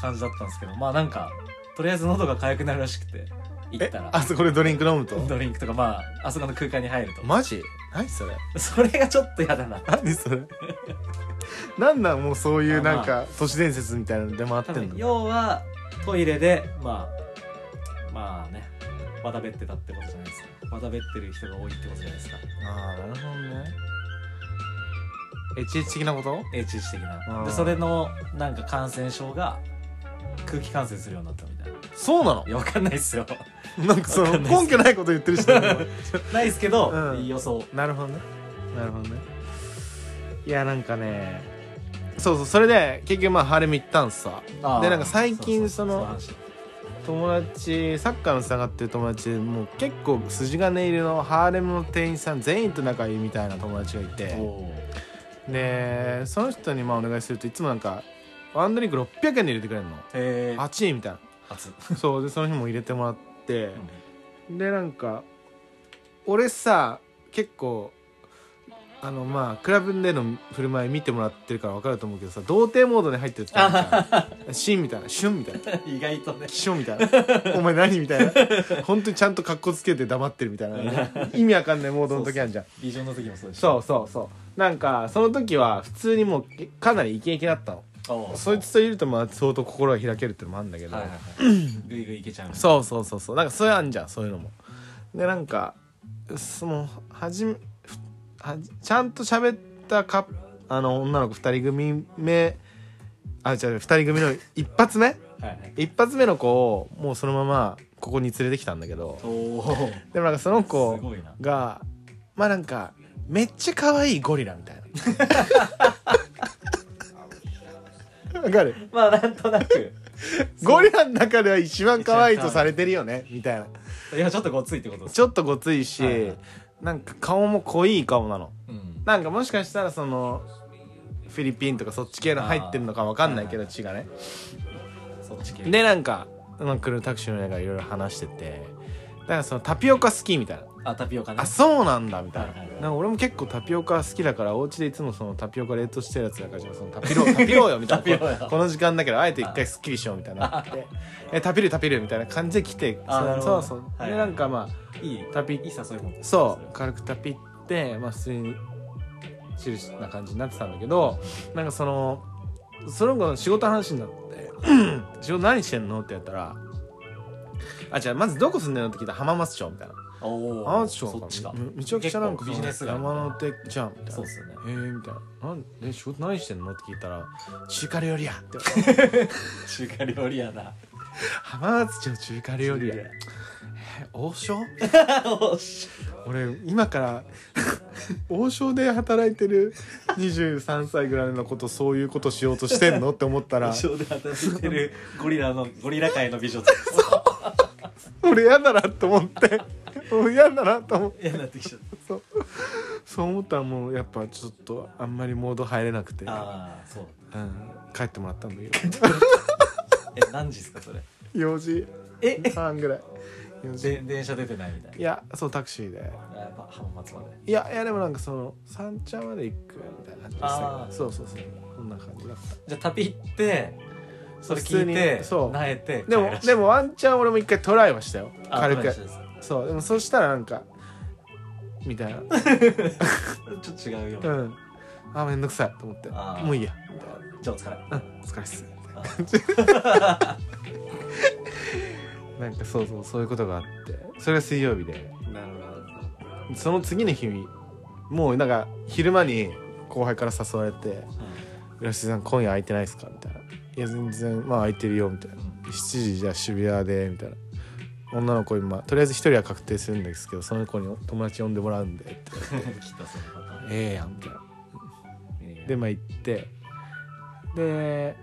B: 感じだったんですけどまあなんかとりあえず喉が痒くなるらしくて行っ
A: え
B: たら
A: あそこでドリンク飲むと
B: ドリンクとかまああそこの空間に入ると
A: マジ何それ
B: それがちょっと嫌だな
A: 何それ なんなんもうそういうなん
B: ま
A: か都市伝説みたいなの出回っ
B: 多
A: てん
B: 分
A: の
B: 要はトイレでまあまあねわだべってたってことじゃないですかわだべってる人が多いってことじゃないですか
A: ああなるほどねエチエチ的なこと
B: HH 的な
A: あー
B: でそれのなんか感染症が空気感染するようになったみたいない
A: そうなの
B: やわかんない っすよ
A: なんかそ
B: わ
A: の
B: かんないっす
A: 根拠ないこと言ってる人だね
B: ないっすけど、
A: うん
B: 予想
A: なるほどねなるほどねいやなんかねそうそうそれで結局まあ晴れ見行ったんさ
B: あー
A: でなんか最近
B: うう
A: その友達サッカーのつながってる友達でもう結構筋金入りのハーレムの店員さん全員と仲いいみたいな友達がい
B: そう話
A: て
B: おー
A: でその人にまあお願いするといつもなんかワンドリンク600円で入れてくれるの
B: えー、
A: あっちいみたい
B: 初、うん
A: なそうでその日も入れてもらって、でなんか俺さ結構あのまあクラブでの振る舞い見てもらってるから分かると思うけどさ童貞モードに入ってるってシーンみたいなシュンみたいな
B: 意外とね
A: 気象みたいな「お前何?」みたいな本当にちゃんと格好つけて黙ってるみたいな、意味わかんないモードの時あるじゃん
B: ビジョンの時もそうでした
A: そうそうそうなんかその時は普通にもうえかなりイケイケだったの
B: おー
A: そいつといるとまあ相当心が開けるってのもあるんだけど、
B: はいはいはいぐいぐいいけちゃう
A: そうそうそうそうなんかそういうあんじゃんそういうのもでなんかそのはじめふはじちゃんと喋ったカップあの女の子2人組目あ違う2人組の一発目
B: はいはい
A: 一発目の子をもうそのままここに連れてきたんだけど
B: おお
A: でもなんかその子
B: すごいな
A: がまあなんかめっちゃ可愛いゴリラみたいな わかる
B: まあなんとな く
A: ゴリラの中では一番可愛いとされてるよねみたいない
B: やちょっとごっついってことです
A: ちょっとごついし、
B: はいはい
A: なんか顔も濃い顔なの
B: うん
A: なんかもしかしたらそのフィリピンとかそっち系の入ってるのかわかんないけど
B: あー
A: 血がね
B: そっち系
A: でなんかあの来るタクシーの中いろいろ話しててだからそのタピオカ好きみたいな
B: あタピオカね
A: あそうなんだみたいな
B: はいはいはい
A: なんか俺も結構タピオカ好きだからお家でいつもそのタピオカ冷凍してるやつだからそのタピ ロタピローよみたい
B: タピロー
A: な
B: よ
A: この時間だけどあえて一回すっきりしようみたいなでえタピるタピるみたいな感じで来て
B: あなるほ
A: そ
B: ど
A: うそう
B: はい
A: で
B: は
A: な
B: い
A: んかま
B: いい
A: あタピ
B: いい誘いも
A: そう軽くタピってまあ普通にチルな感じになってたんだけどなんかそのその子の仕事の話になって 「仕事何してんの?」ってやったら「あじゃあまずどこ住んでるの?」って聞いたら浜松町みたいな。
B: お
A: あ
B: お
A: ーちょ
B: そっちか
A: めめちゃくちゃなんか
B: 結構ビジネス街
A: 山手じゃんみたいな
B: そうっすよね
A: えー、みたいななんえ仕事何してんのって聞いたら中華料理屋って
B: 中華料理屋だ
A: 浜松町中華料理屋え王将
B: おっし
A: 俺今から 王将で働いてる23歳ぐらいのことそういうことしようとしてんのって思った
B: ゃ
A: ら
B: 後ろで働いてるゴリラのゴリラ界の美女
A: 俺嫌だなと思ってもう嫌だなと思って
B: 嫌になってきちゃっ
A: そうそう思ったらもうやっぱちょっとあんまりモード入れなくて、
B: たああそう
A: うん、帰ってもらったんだけど
B: え何時ですかそれ
A: 4時
B: え
A: 半ぐらい4時
B: で電車出てないみたい
A: いやそうタクシーで
B: なやっぱ浜松まで
A: いやいやでもなんかその三茶まで行くみたいな感じでした
B: あー
A: けどそうそうそうこんな感じだった
B: じゃあ旅行ってそれ
A: 普通
B: 聞
A: に
B: いて
A: そう
B: なえて
A: で
B: 帰
A: も
B: らし
A: でもワンチャン俺も一回トライはしたよ
B: あ
A: 軽
B: 帰
A: く
B: らしです
A: そうでもそしたらなんかみ たいな
B: ちょっと違うよ
A: うんあめんどくさいと思って
B: あー
A: もういいや
B: じゃあお疲れ
A: うんお疲れっすみたいな感じ なんかそうそうそういうことがあってそれが水曜日で
B: なるほど
A: その次の日にもうなんか昼間に後輩から誘われて「浦瀬さん今夜空いてないですか?」みたいな「いや全然まあ空いてるよ」みたいな「7時じゃあ渋谷で」みたいな女の子今とりあえず一人は確定するんですけどその子に友達呼んでもらうんでって言われて
B: きたそのパターン
A: ええやんみたいな
B: え
A: でまあ行ってで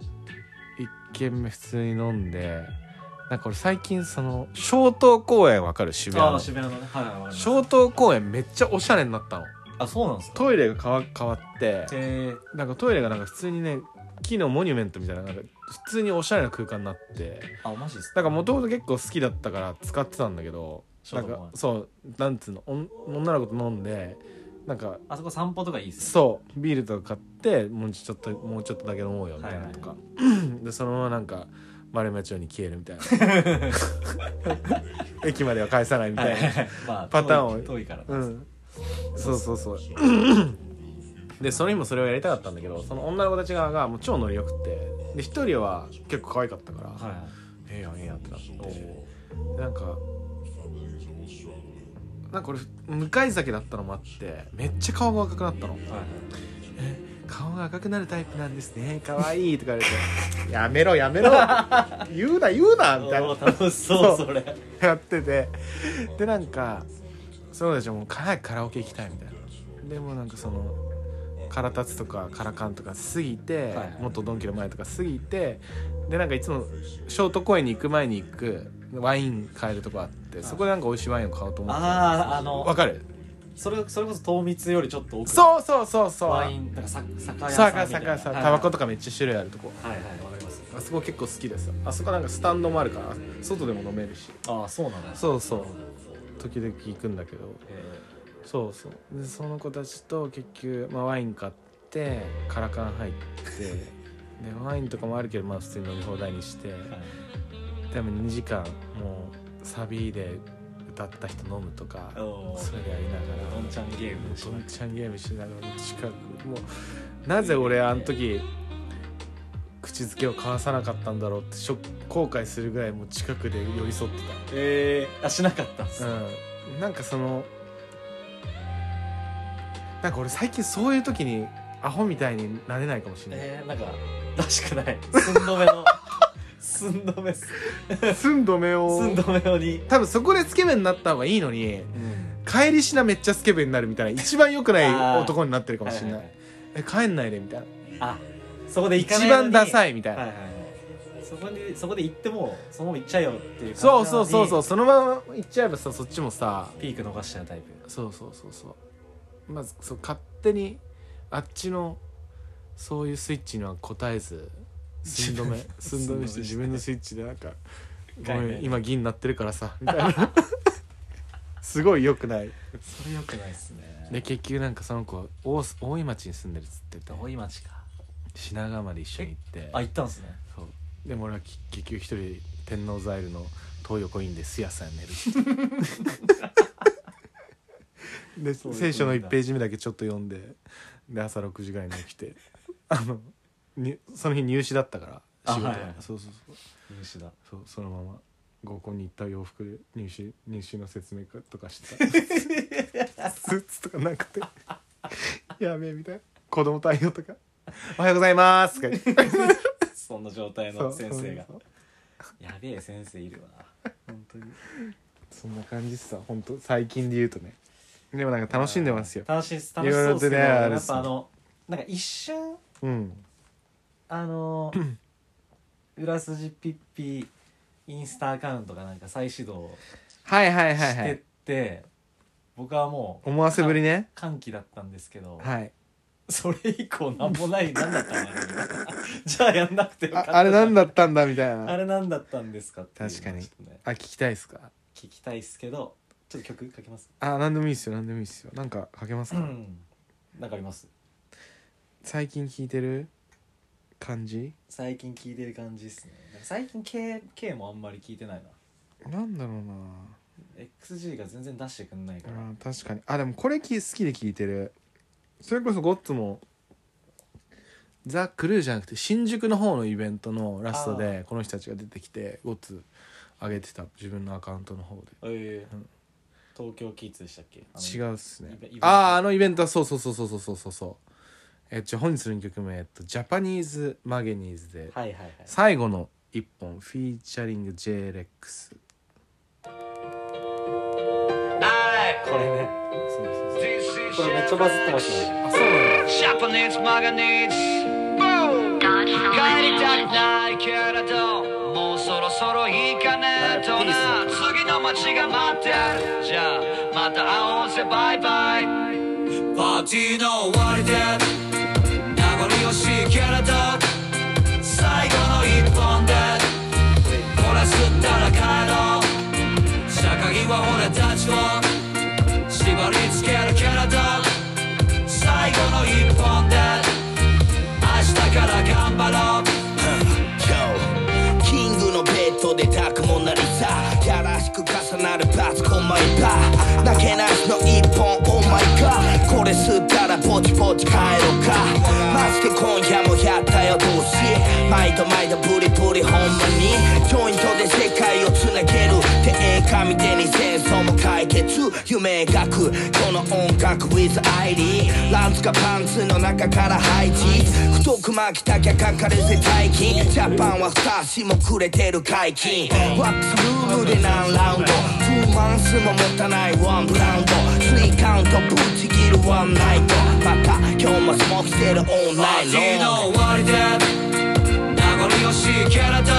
A: 1軒目普通に飲んでなんか俺最近その小東公園わかる渋
B: ーあ
A: 谷
B: あ
A: の
B: 渋谷のねはいはいわかります
A: 小東公園めっちゃおしゃれになったの
B: あそうなんですか
A: トイレが変わ変わって
B: へ
A: なんかトイレがなんか普通にね木のモニュメントみたいななんか普通におしゃれな空間になって
B: えあマジです
A: なんか
B: も
A: もともと結構好きだったから使ってたんだけど
B: そう
A: なん
B: だもん
A: かそうなんつうのおん女の子と飲んでなんか
B: あそこ散歩とかいいっす
A: そうビールとか買ってもうちょっともうちょっとだけ飲もうよみたいなとか、でそのままなんか丸山町に消えるみたいな 駅までは返さないみたいな、
B: まあ
A: パターンを
B: 遠い遠いから
A: うんそうそうそうでその日もそれをやりたかったんだけどその女の子たち側がもう超ノリよくてで一人は結構可愛かったから、
B: は
A: ええやんええやんってなって
B: いはい
A: でなんかなんか俺向かい酒だったのもあってめっちゃ顔が赤くなったの
B: おーはい
A: 顔が赤くなるタイプなんですね可愛いとか言われて やめろやめろ言うな言うなみたい
B: お
A: な
B: ー楽しそう
A: そう
B: それ
A: やっててでなんかそうでしょもう早くカラオケ行きたいみたいなでもなんかそのカラタツとかカラカンとか過ぎて、
B: はいはい
A: 元ドンキの前とか過ぎてでなんかいつもショート公園に行く前に行くワイン買えるとこあってそこでなんか美味しいワインを買おうと思って
B: あああ
A: わ
B: の
A: かる
B: それそれこそ糖蜜よりちょっと奥
A: そうそうそうそう
B: ワインなんかさ酒屋
A: さ
B: さ
A: あ
B: んみた
A: か
B: いな
A: さかさ
B: はいはい
A: タバコとかめっちゃ種類あるとこ
B: はいはいわかります
A: あそこ結構好きですあそこなんかスタンドもあるから外でも飲めるし
B: ああそうなんだ
A: そうそう時々行くんだけど
B: え
A: そうそうでその子たちと結局、まあ、ワイン買ってカラカン入ってでワインとかもあるけどまあ普通に飲み放題にして
B: ーはい
A: 多分2時間もうサビで歌った人飲むとか
B: おー
A: それやりなが
B: ど
A: ら
B: んちゃんゲームし
A: ど
B: ま
A: ん
B: く
A: ちゃんゲームしながら近くもうなぜ俺あの時口づけを交わさなかったんだろうってショック後悔するぐらいもう近くで寄り添ってた。
B: えー、あしなかったっす、
A: うん、なんかそのなんか俺最近そういう時にアホみたいになれないかもしれない、
B: えー、なんからしくない寸止めの 寸止めす
A: 寸止めを
B: 寸止めをに、
A: 多分そこでスケベになった方がいいのに帰りしなめっちゃスケベになるみたいな一番良くな
B: あ
A: い
B: ー
A: 男になってるかもしれない
B: はいはい
A: え帰んないでみたいな
B: はいあそこで行か
A: 一
B: ない
A: 番ダ
B: い、
A: サいみたい
B: はい
A: な、
B: はいはい、そこにそこで行ってもそのまま行っちゃえよっていう感じなの
A: そう
B: に
A: そうそうそうそのまま行っちゃえばさそっちもさ
B: ピーク逃しちゃうタイプ
A: そうそうそうそうまずそう勝手にあっちのそういうスイッチには答えず寸止め 寸止めして自分のスイッチでなんか「ご
B: 概
A: め
B: 念
A: ん今銀になってるからさ」みたい なすごい良くない
B: それよくないっすね
A: で結局なんかその子大す大井町に住んでるっつってて
B: 遠い町か
A: 品川まで一緒に行って
B: あ行ったんすね
A: そうでも俺はき結局一人で天王ザイルの東横インですやすや寝るで
B: そういう
A: 聖書の1ページ目だけちょっと読んでで朝6時ぐらいに起きてあのにその日入試だったから
B: あ
A: 仕事、
B: はいはい
A: そうそうそう
B: 入試だ
A: そうそのまま合コンに行った洋服で入試入試の説明会とかして スーツとかなくてやべえみたいな子供対応とか「おはようございます」とか言って
B: そんな状態
A: そ
B: の
A: う
B: 先生が
A: そうそう
B: やべえ先生いるわ本当に
A: そんな感じっすわ本当最近で言うとねでもなんか楽しんでますよ
B: 楽しいっす楽しそうっすけど
A: いろいろとねあれ
B: や
A: っ
B: っ
A: す
B: ぱ
A: ね
B: あのなんか一瞬
A: うん
B: あのー裏筋ピッピインスタアカウントがなんか再始動
A: はいはいはい
B: し
A: は
B: てっ
A: い
B: て、僕はもう
A: 思わせぶりね
B: 歓喜だったんですけど、
A: はい
B: それ以降なんもない 何だったのあれじゃあやんなくてよか
A: あ
B: った
A: あれなんだったんだみたい
B: あ
A: な
B: れなんだったんですかっていう
A: 確かに
B: ちょっとね
A: あ聞きたいっすか
B: 聞きたいっすけどちょっと曲かけます
A: あ何でもいいっすよ何でもいいっすよなんかかけますか、
B: なんかあります
A: 最近聞いてる感じ
B: 最近聞いてる感じですねなんか最近 K, K もあんまり聞いてないな
A: なんだろうな
B: XG が全然出してくんないから、
A: あー確かにあでもこれき好きで聞いてるそれこそゴッツもザ・クルーじゃなくて新宿の方のイベントのラストでこの人たちが出てきてゴッツ上げてた自分のアカウントの方で
B: えー
A: うん
B: 東京キッズでしたっけあの
A: 違うっすね
B: イベイベント
A: あああのイベントはそうそうそうそうそうそうそうそうえっと本日の曲名えっとジャパニーズ・マゲニーズで
B: はいはいはい
A: 最後の一本フィーチャリング j レックス
B: これねそうそうそうこれめっちゃバズってますね
A: あそうなんだ
C: Japanese マガニーズ帰りたくないけれどもうそろそろいいかねとな次の街が待ってるじゃあまた会おうぜバイバイ
B: こ
F: パーティーの終わりで名残惜しいけれど最後の一本でこれ吸ったら帰ろう高木は俺たちを縛りつけるけれど最後の一本で明日から頑張ろう
G: キングのベッドで抱くもなりさやらしく重なるパーツコンマイパーなけなしの一本オーマイガーこれ吸ったらぼちぼち帰ろうかマジで今夜もやったよどうし毎度毎度ブリブリほんまにジョイントで世界をつなげるでええ紙手に戦争も解決夢描くこの音楽 with ID ランツかパンツの中からハイジ太く巻きたきゃかかるぜ大金ジャパンは二足もくれてる解禁ワックスルームで何ラウンド2マンスも持たないワンブラウンド3カウントぶっちぎるワンナイトまた今日もスモークしてるオン
F: パ
G: ラ
F: ーティー
G: イン
F: の終わりで名残惜しいけれど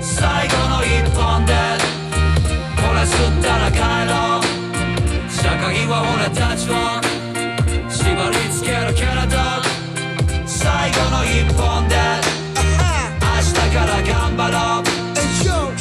F: 最後の一本でこれ吸ったら帰ろう高木は俺たちを縛りつけるけれど最後の一本で明日から頑張ろう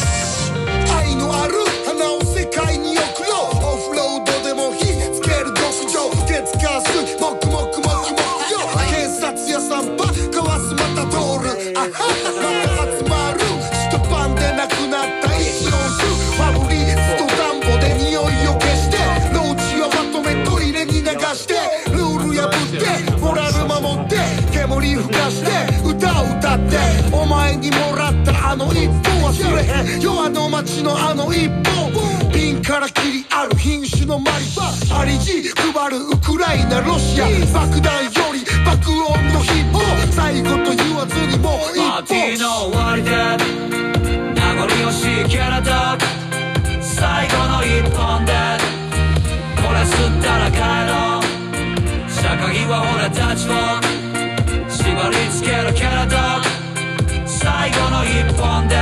E: 愛のある花を世界に送ろうオフロードでも火つける極上月火水もくもくもくもくよ警察や散歩かわすまた通るあはまた集まる一晩でなくなった一生中ファブリーズと暖房で匂いを消して農地をまとめトイレに流してルール破ってモラル守って煙吹かして歌を歌ってお前にもらったあの一本忘れへんよあの街のあの一本瓶から切りある品種のマリバアリジ配るウクライナロシア爆弾より爆音のヒップ最後と言わずにもう一
F: パーティーの
E: 本
F: 終わりで名残惜しいけれど最後の一本でこれ吸ったら帰ろう高木は俺たちを縛りつけるけれど最後の一本で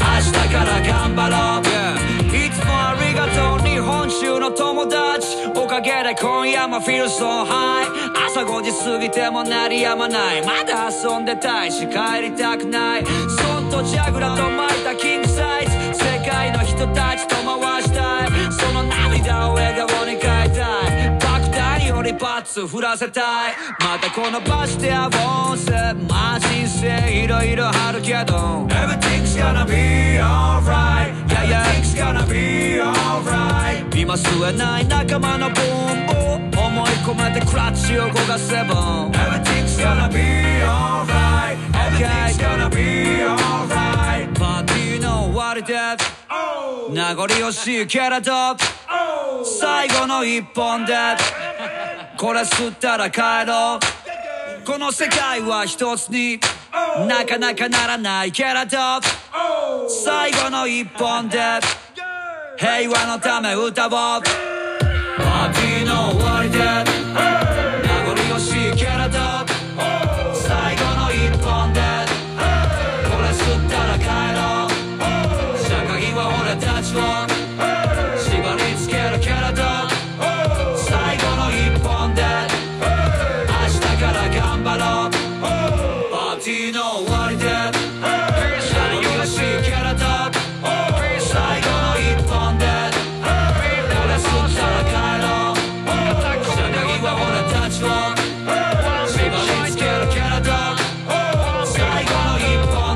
F: 明日から頑張ろう、いつもありがとう日本中の友達おかげで今夜もフィルソンハイ朝5時過ぎても鳴りやまないまだ遊んでたいし帰りたくないそんとジャグラと巻いたキングサイズ世界の人たちと回したいその涙を笑顔に変えたい爆弾より罰を振らせたいまたこの場所で会おうぜまあ人生いろいろあるけど Everything's gonna be alright Yeah everything's gonna be alright 今吸えない仲間のブンブン思い込めてクラッチを動かせば Everything's gonna be alright Everything's gonna be alright パーティーの終わりで名残惜しいけれど最後の一本でこれ吸ったら帰ろうこの世界は一つになかなかならないけれど最後の一本で平和のため歌おうパーティーの終わりで名残惜しいけれど最後の一本でこれ吸ったら帰ろう高木は俺たちを縛りつけるけれど最後の一本で明日から頑張ろうパーティーの終わりで何よしいけれど最後の一本で俺すったら帰ろう高木は俺たちを縛りつけるけれど最後の一本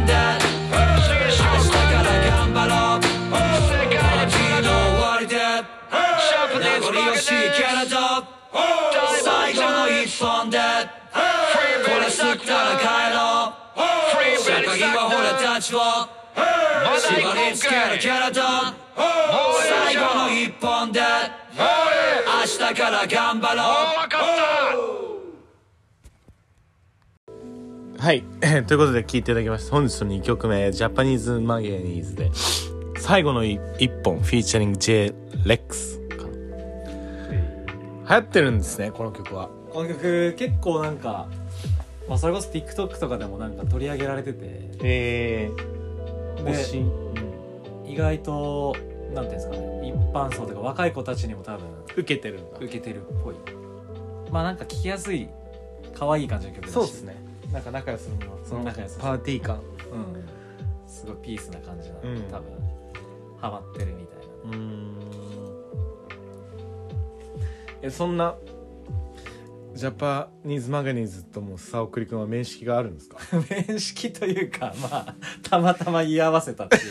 F: で明日から頑張ろうパーティーの終わりで名残惜しいけれど最後の一本でこれ吸ったら帰ろう高木は俺たちを縛りつけるけれど最後の一本で明日から頑張ろう
A: はい。 ということで聴いていただきました。本日の2曲目、ジャパニーズマゲニーズで、最後の1本、フィーチャリング J レックスかな。流行ってるんですね、この曲は。
B: この曲結構なんか、まあ、それこそ TikTok とかでもなんか取り上げられてて
A: えー、
B: で
A: 推し。
B: 意外となんていうんですかね一般層とか若い子たちにも多分
A: 受けてるんだ
B: 受けてるっぽいまあなんか聴きやすい可愛い感じの曲だし
A: そうですねなんか仲良するのはその
B: 仲良する
A: パーティー感
B: うんすごいピースな感じなので、
A: うん
B: 多分ハマってるみたいな
A: うーんえそんなジャパニーズマガニーズともサオクリ君は面識があるんですか
B: 面識というかまあたまたま居合わせたっていう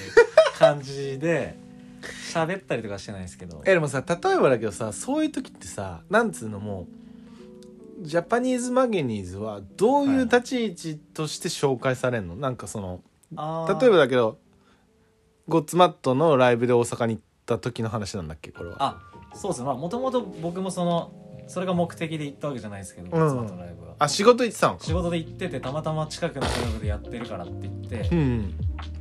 B: 感じで喋ったりとかしてないですけど
A: えでもさ例えばだけどさそういう時ってさなんつうのもうジャパニーズマゲニーズはどういう立ち位置として紹介されるの、なんかその
B: あー
A: 例えばだけどゴッツマットのライブで大阪に行った時の話なんだっけこれは
B: あそうですねまあもともと僕もそのそれが目的で行ったわけじゃないですけど、
A: うん
B: 妻とのライブは
A: あ仕事行ってたのか
B: 仕事で行っててたまたま近くのクラブでやってるからって言って
A: うん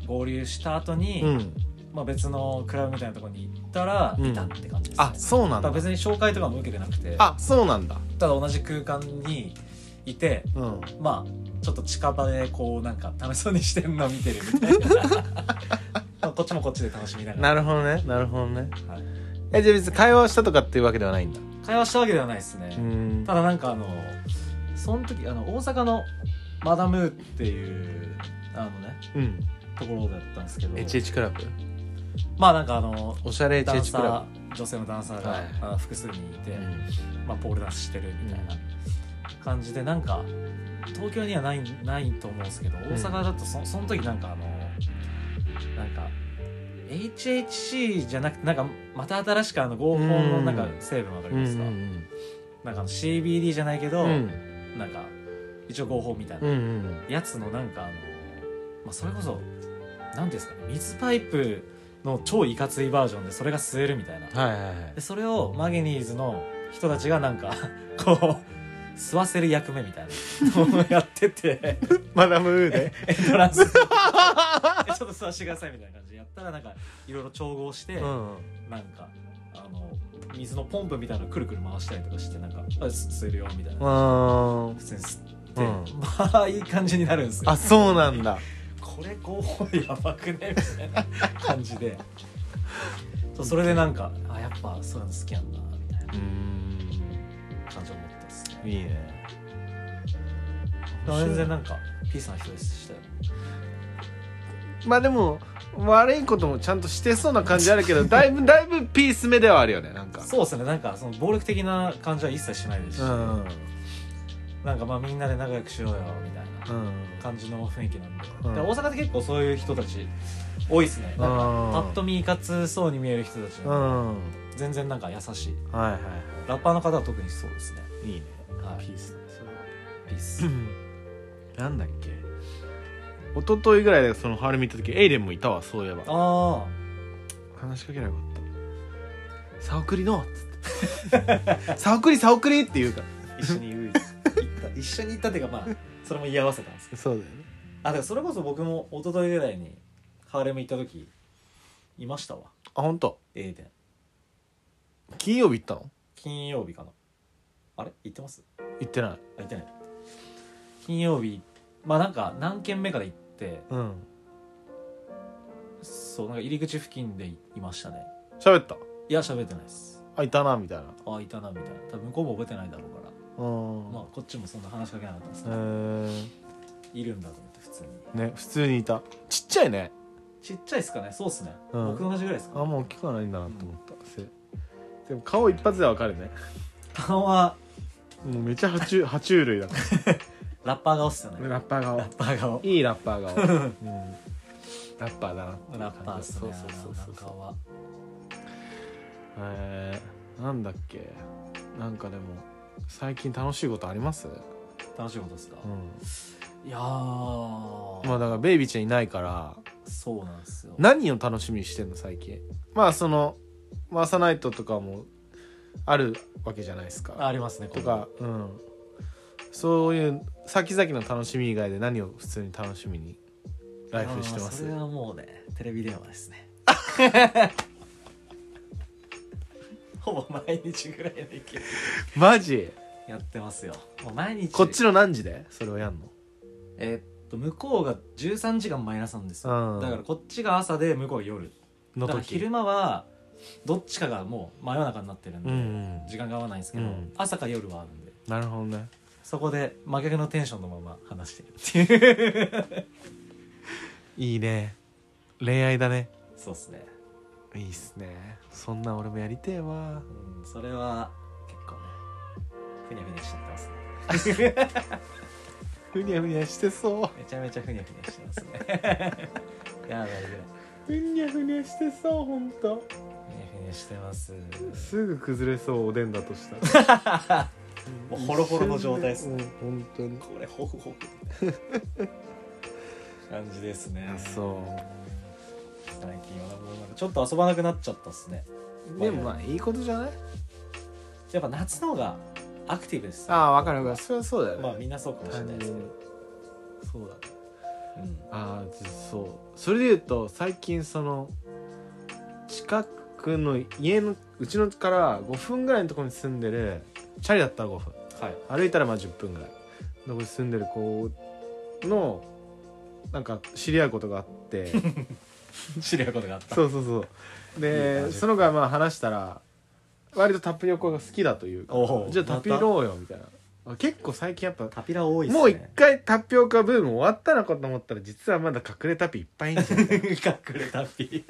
B: 合流した後に、
A: うん
B: まあ別のクラブみたいなところに行ったら
A: うん
B: いたって感じです、ね
A: あそうな
B: だ
A: ん
B: か
A: だ
B: ら別に紹介とかも受けてなくて
A: あそうなんだ
B: ただ同じ空間にいて
A: うん
B: まあちょっと近場でこうなんか楽しそうにしてんの見てる みたいなまあこっちもこっちで楽しみなが
A: な
B: ら
A: るほどねなるほどね
B: はい
A: えじゃあ別に会話をしたとかっていうわけではないんだ
B: 会話したわけではないですね、
A: うん
B: ただなんかあのその時あの大阪のマダムーっていうあのね
A: うん
B: ところだったんですけど
A: HH クラブ
B: まあなんかあの
A: おしゃれ
B: ダン
A: HH ク
B: サ
A: ラ
B: ー女性のダンサーが、
A: はい
B: あの複数人いて、
A: ブうん
B: まあ、ポールダンスしてるみたいな感じでなんか東京にはないないと思うんですけど大阪だとそその時なんかあのなんか HHC じゃなくてなんかまた新しくあの合法のなんか
A: うん
B: 成分わかり
A: うん
B: ますか、なんかあの CBD じゃないけど、
A: うん
B: なんか一応合法みたい
A: うんう
B: なんやつのなんかあの、まあ、それこそ何ですかね水パイプの超いかついバージョンでそれが吸えるみたいな
A: はいはいはい
B: でそれをマゲニーズの人たちがなんか こう吸わせる役目みたいな のをやってて
A: マダムウー で
B: エントランスちょっと吸わせてくださいみたいな感じでやったらなんかいろいろ調合して、
A: うん
B: なんかあの水のポンプみたいなのくるくる回したりとかしてなんかあ吸吸えるよみたいな、
A: うん
B: 普通に吸って、
A: うん
B: まあいい感じになるんですよ
A: あそうなんだ
B: これ合法やばくねみたいな感じ でそうそれでなんかあやっぱそういうの好きなんだなみたいな
A: うん
B: 感じを持ってますね
A: いいね
B: 全然なんかピースな人でしたよ
A: まあでも悪いこともちゃんとしてそうな感じあるけ どだいぶだいぶピース目ではあるよねなんか
B: そうですねなんかその暴力的な感じは一切しないですし、
A: うん
B: なんかまあみんなで仲良くしようよみたいな
A: うん
B: 感じの雰囲気なんで,、
A: うん
B: で大阪って結構そういう人たち多いですねなんか
A: うん
B: パッと見いかつそうに見える人たち
A: うん
B: なんで、
A: は
B: 全然なんか優しい
A: いは
B: ラッパーの方は特にそうですね
A: いいいね
B: はい
A: ピースそれは
B: ピース
A: なんだっけ一昨日ぐらいでそのハルミ行った時エイレンもいたわそういえば
B: あ
A: 話しかけなかった「サオクリの」っつ って「サオクリサオクリ」って言うか
B: あ一緒に行った一緒に行ったっていうかまあそれも居合わせたんですけど
A: らそうだよね
B: あでもそれこそ僕も一昨日ぐらいにハーレム行った時いましたわ
A: あ本当。
B: A で
A: 金曜日行ったの
B: 金曜日かなあれ行ってます
A: 行ってない
B: あ行ってない金曜日まあなんか何軒目かで行って
A: うん
B: そうなんか入り口付近でいいましたね
A: 喋った
B: いや喋ってないです
A: あいたなみたいな
B: あいたなみたいな多分向こうも覚えてないだろうから
A: うん、
B: まあこっちもそんな話しかけなかったんですけ
A: え
B: ど、
A: ー、
B: いるんだと思って普通に
A: ね普通にいたちっちゃいね
B: ちっちゃいっすかねそうっすね、
A: うん
B: 僕と同じぐらいです
A: あ
B: か
A: んま大きくはないんだなと思った、せでも顔一発でわかるね
B: 顔は
A: もうめちゃ爬 虫爬虫類だか
B: ラッパー顔っすよ
A: ら
B: ね
A: ラッパー顔
B: ラッパー顔
A: いいラッパー 顔、うん、ラッパーだな
B: ラッパーっすね
A: そうそうそうそう
B: あの顔は
A: えー、なんだっけなんかでも最近楽しいことあります、
B: 楽しいことですか、
A: うん、
B: いやー、
A: まあだからベイビーちゃんいないから
B: そうなんですよ
A: 何を楽しみにしてんの最近まあそのマーサナイトとかもあるわけじゃないです
B: あ
A: か
B: ありますね
A: とか、うん、そういう先々の楽しみ以外で何を普通に楽しみにライフしてま
B: あーそ
A: す
B: れはもうねテレビ電話です ねほぼ毎日ぐらいで
A: マジ
B: やってますよもう毎日
A: こっちの何時でそれをやんの
B: えーっと向こうが13時間マイナスなんですよ、
A: うん
B: だからこっちが朝で向こうが夜
A: の
B: だから
A: 時
B: 昼間はどっちかがもう真夜中になってるんで、
A: うん
B: 時間が合わないんですけど、
A: うん
B: 朝か夜はあるんで
A: なるほどね
B: そこで真逆のテンションのまま話してるっていう
A: いいね恋愛だね
B: そうっすね、
A: いいっすねそんなん俺もやりてえわ
B: うん、それは結構ねふにゃふにゃしちゃってますね
A: ふにゃふにゃしてそ
B: めちゃめちゃふにゃふにゃして ますねやばいぐらいふに
A: うふにゃふにゃしてそうほんと
B: ゃふにゃしてます
A: すぐ崩れそうおでんだとしたら
B: もうホロホロの状態ですね
A: うん本当に
B: これホフホフ感じですね
A: そう
B: 最近はもうなんかちょっと遊ばなくなっちゃったっすね
A: でもまあいいことじゃない
B: やっぱ夏の方がアクティブです
A: ああ分かる分かるそれはそうだよね
B: まあみんなそうかもしれないですけど、
A: そうだね
B: うん
A: ああそうそれで言うと最近その近くの家のうちのから5分ぐらいのところに住んでるチャリだったら5分
B: はい
A: 歩いたらまあ10分ぐらいのとこに住んでる子のなんか知り合うことがあって
B: 知り合うことがあった
A: そうそうそう
B: いい
A: で
B: ね
A: その子がまあ話したら割とタピオカが好きだというか
B: おう
A: じゃあタピろうよみたいな結構最近やっぱ
B: タピラ多いっすね
A: もう一回タピオカブーム終わったのかと思ったら実はまだ隠れタピいっぱいいんじゃん
B: 隠れタピ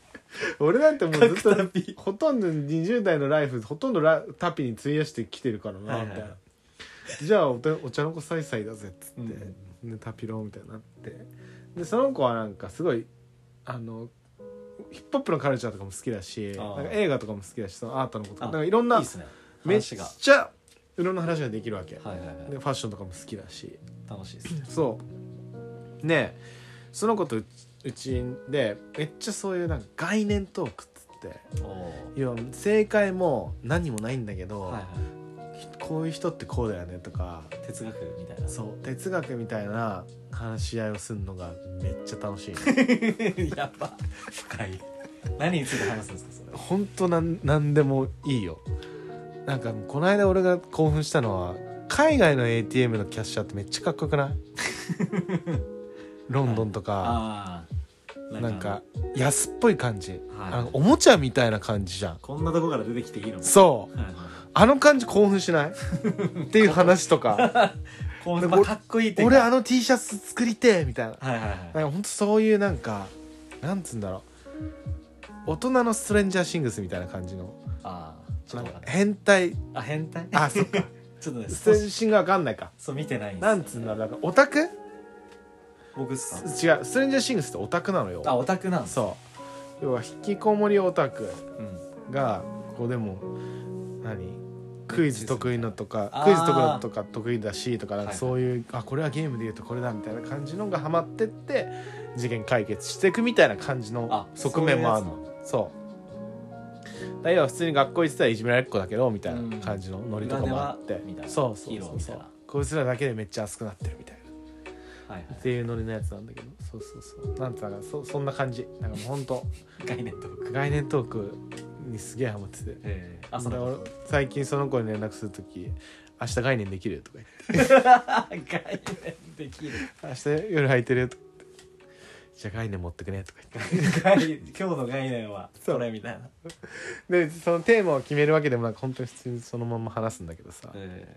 A: 俺なんてもうずっ
B: 隠れタ
A: と
B: ピ
A: ほとんど20代のライフほとんどラタピに費やしてきてるからな
B: はい
A: み
B: は
A: た
B: い
A: いな、じゃあお茶お茶の子サイサイだぜっつって、
B: う
A: でタピローみたいになってでその子はなんかすごいあのヒップホップのカルチャーとかも好きだし
B: あー
A: なんか映画とかも好きだしそのアートのこととか
B: あ
A: なんかいろんない
B: いっすね
A: めっち
B: 話がは
A: ゃいろんな話ができるわけ、
B: いはいはい
A: でファッションとかも好きだし
B: 楽しいっすね
A: そうねえその子とううちでめっちゃそういうなんか概念トークっつって
B: おー
A: 要は正解も何もないんだけど、
B: はいは
A: こういう人ってこうだよねとか
B: い哲学みたいな
A: そう哲学みたいな話し合いをするのがめっちゃ 楽しい
B: やば深い何について話すんですかそれは
A: ほんとなんなんでもいいよなんかこの間俺が興奮したのは海外の ATM のキャッシャーってめっちゃかっこよく ないロンドンとか、
B: ああ
A: なんか安っぽい感じ、
B: はい
A: あのおもちゃみたいな感じじゃん
B: こんなとこから出てきていいの
A: そう
B: はい
A: あの感じ興奮し ないっていう話とか
B: こ
A: で
B: うまあ
A: 俺
B: かっこいいっていう
A: 俺
B: か
A: あの T シャツ作りてえみたいな
B: はいはい
A: なんかほんとそういうなんかなんつうんだろう大人のストレンジャーシングスみたいな感じの
B: ああちょ
A: な
B: っ
A: ん
B: と分か
A: か
B: んない
A: 変態
B: あ変態
A: あそっか
B: ちょっとね
A: ストレ
B: 少
A: ンジャー
B: し
A: シングスわかんないか
B: そう見てないんです
A: なんつうんだろうなんかオタク違う
B: 僕っすか
A: ストレンジャーシングスってオタクなのよ
B: あオタクなんす
A: そう要は引きこもりオタク
B: うん
A: がこうでも何クイズ得意のとか
B: あー
A: クイズ得意のとか得意だしとかなんか
B: はいはい
A: そういう、あこれはゲームで言うとこれだみたいな感じのがハマってって事件解決していくみたいな感じの
B: あ
A: 側面もあるのそうだ要は普通に学校行ってたらいじめられっ子だけどみたいな感じのノリとかもあって、
B: 裏ではみたいな
A: そうそう
B: ヒーロ
A: そ
B: ー
A: う
B: み
A: そ
B: たいうな
A: こいつらだけでめっちゃ熱くなってるみたいな
B: はいはい
A: っていうノリのやつなんだけどそうそうそうなんつうのかそそんな感じなんかもうほんと
B: 概念と僕
A: 概念トークにすげえハマってて
B: ええあそ
A: だから
B: の
A: 俺最近その子に連絡する時「明日概念できる?」とか
B: 概念できる
A: 言って「明日夜空いてる?」とか言って「じゃあ概念持ってくね」とか言って
B: 概今日の概念はそれみたいな
A: でそのテーマを決めるわけでもなく本当に普通にそのまま話すんだけどさ
B: え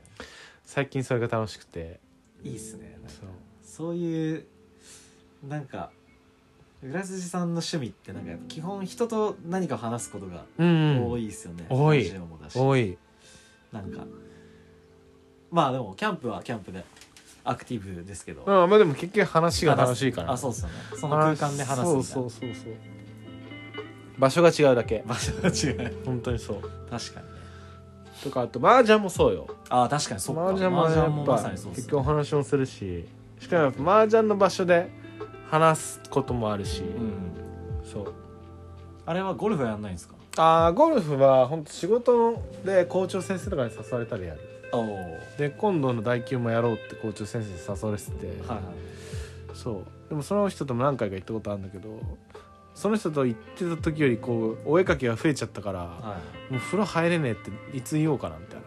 A: 最近それが楽しくて
B: えいいっすねなんか
A: そう
B: そういうなんか浦筋さんの趣味ってなんかやっぱ基本人と何かを話すことが
A: うん
B: 多いですよね、
A: 多い
B: ラジオもだし
A: 多い
B: なんかまあでもキャンプはキャンプでアクティブですけど、
A: うんまあでも結局話が楽しいから
B: あそうっすよねその空間で話すみたいな
A: そうそうそうそう場所が違うだけ
B: 場所が違う
A: 本当にそう
B: 確かにね
A: とかあと麻雀もそうよ
B: ああ確かにそっか
A: 麻雀もやっ
B: ま
A: ぱ
B: さにそうっす
A: 結
B: ね
A: 局お話もするししかもやっぱ麻雀の場所で話すこともあるし、
B: うん
A: そう
B: あれはゴルフはやんないんですか
A: あーゴルフは本当仕事で校長先生とかに誘われたらやる
B: おお
A: で今度の代休もやろうって校長先生に誘われてて、
B: はいはい
A: そうでもその人とも何回か行ったことあるんだけどその人と行ってた時よりこうお絵かきが増えちゃったから、
B: はい
A: もう風呂入れねえっていつ言おうかなみたい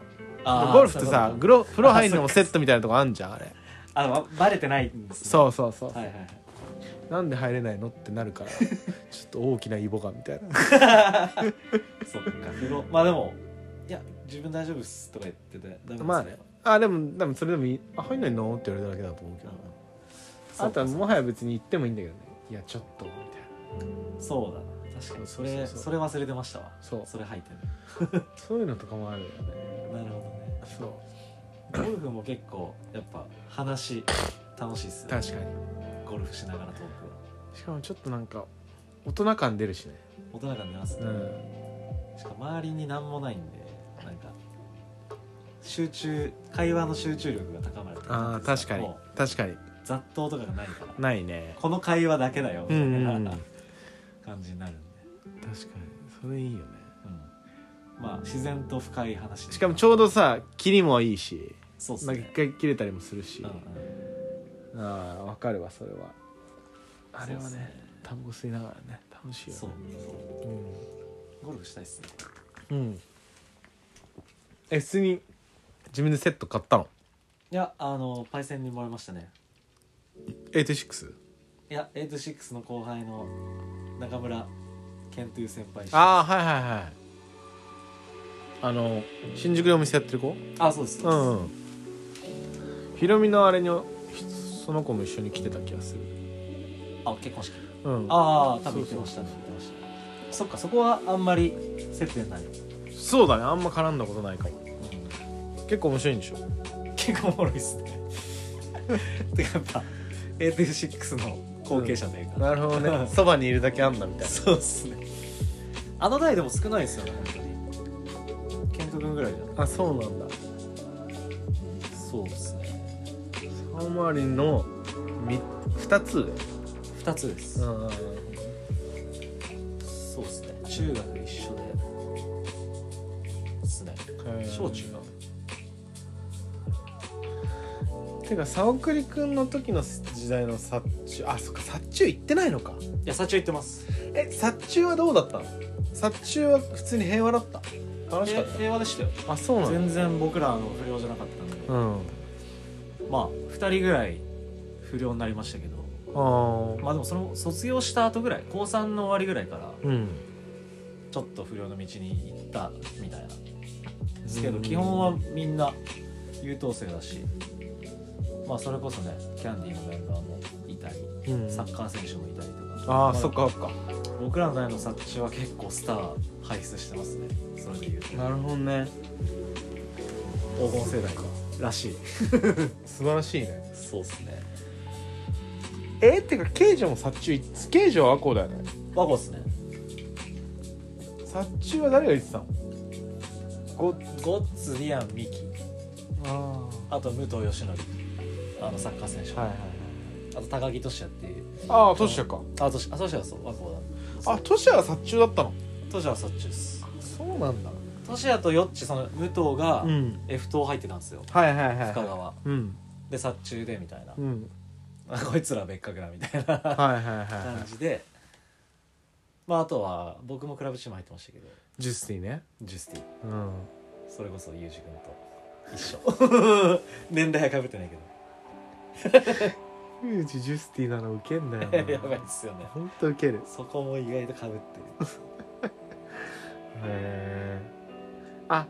B: あ
A: な
B: ー
A: ゴルフって
B: そういう
A: さ
B: こと
A: グロ風呂入るのもセットみたいなとこあんじゃんあれ
B: あばバレてないんですね
A: そうそうそう、
B: はいはいはい
A: なんで入れないのってな るからちょっと大きなイボがみたいな
B: そっか風呂まあでもいや自分大丈夫っすとか言っててダメです
A: まあねあでも多分それでもいい「あ入んないの?」って言われただけだと思うけど
B: そう
A: あとは
B: そう
A: もはや別に行ってもいいんだけどねいやちょっとみたいな
B: そうだな確かにそれそ
A: そうそうそう
B: れ忘れてましたわ
A: そう
B: それ入ってる
A: そういうのとかもあるよね
B: なるほどね
A: そ
B: ゴルフも結構やっぱ話楽しいっす
A: う
B: ね
A: 確かに
B: ゴルフしながらトーク
A: しかもちょっとなんか大人感出るしね
B: 大人感出ますね、
A: うん
B: しかも周りに何もないんでなんか集中会話の集中力が高まるっていう
A: ああ
B: です
A: 確かに
B: もう
A: 確かに
B: 雑踏とかがないから
A: ないね
B: この会話だけだよ
A: う
B: み
A: ん
B: た
A: うんう
B: い
A: ん
B: な感じになるんで、
A: 確かにそれいいよね
B: うん、まあ自然と深い話
A: しかもちょうどさ切りもいいし
B: そうっす
A: なんか
B: ね
A: 一回切れたりもするし
B: うんうん
A: ああ分かるわそれはあれは
B: そうっす
A: ねタバコ吸いながらね楽しいよね
B: そうそうゴルフしたいっすね
A: うん、うん、え普通に自分でセット買ったの
B: いやあのパイセンにもらいましたね
A: 86?
B: いや86の後輩の中村健という先輩
A: ああはいはいはいあの新宿でお店やってる子
B: あそうですそう
A: う
B: です、
A: ん、うん、ひろみのあれにひその子も一緒に来てた気がする
B: あ結婚式
A: うん
B: ああ多分言ってましたね言ってましたそっかそこはあんまり接点ない、
A: そうだねあんま絡んだことないかも結構面白いんでしょ
B: 結構おもろいっす ねてかやっぱ86の後継者というか、
A: なるほど ねそばにいるだけあんだみたいな
B: そうっすねあの代でも少ないですよね本当に健人君ぐらいじゃん
A: あそうなんだ
B: そうっすね
A: 顔周りのみ2つ
B: 2つです、
A: うん
B: そうっすね中学一緒でっすね小中学
A: てか早送りくんの時の時代の殺虫あそっか殺虫行ってないのか
B: いや社長行ってます
A: え殺虫はどうだったの殺虫は普通に平和だった楽しかっ
B: 平和でしたよ
A: たあそうなんだ
B: 全然僕らあの不良じゃなかったんで、
A: うん
B: まあ2人ぐらい不良になりましたけど
A: ああ
B: まあでもその卒業した後ぐらい高3の終わりぐらいから
A: うん
B: ちょっと不良の道に行ったみたいなですけど基本はみんな優等生だしまあそれこそねキャンディーのメンバーもいたり
A: うん
B: サッカー選手もいたりとか、
A: あ
B: ま
A: あそっかそっか
B: 僕らの代の作詞は結構スター輩出してますねそれでいうと
A: なるほどね
B: 黄金世代からしい
A: 素晴らしいね
B: そうっすね
A: えってか刑事も殺虫い刑事はアコだよね
B: 和子っすね
A: 殺虫は誰が言ってたの
B: ゴゴッツリアンミキ
A: あ
B: あと武藤義則あのサッカー選手、
A: はいはい
B: あと高木俊也っていう
A: ああトシヤか
B: あトシあトシはそう和子だ
A: あトシヤは殺虫だったの
B: トシはそっちです
A: そうなんだ
B: トシヤとヨッチその武藤が
A: ん
B: F 党入ってたんですよ
A: はいはいはい
B: 深川
A: うん
B: で殺虫でみたいな
A: う、 ん
B: こいつら別格だみたいな
A: はいはいはいは
B: 感じでまああとは僕もクラブチーム入ってましたけど
A: いジュスティね
B: ジュスティ
A: うん
B: それこそユージ君と一緒 年代はかぶってないけ
A: うちジュスティなのウケんだよ
B: どやば
A: ない
B: っすよね
A: ほんとウケる
B: そこも意外とかぶって
A: へ
B: る
A: えあ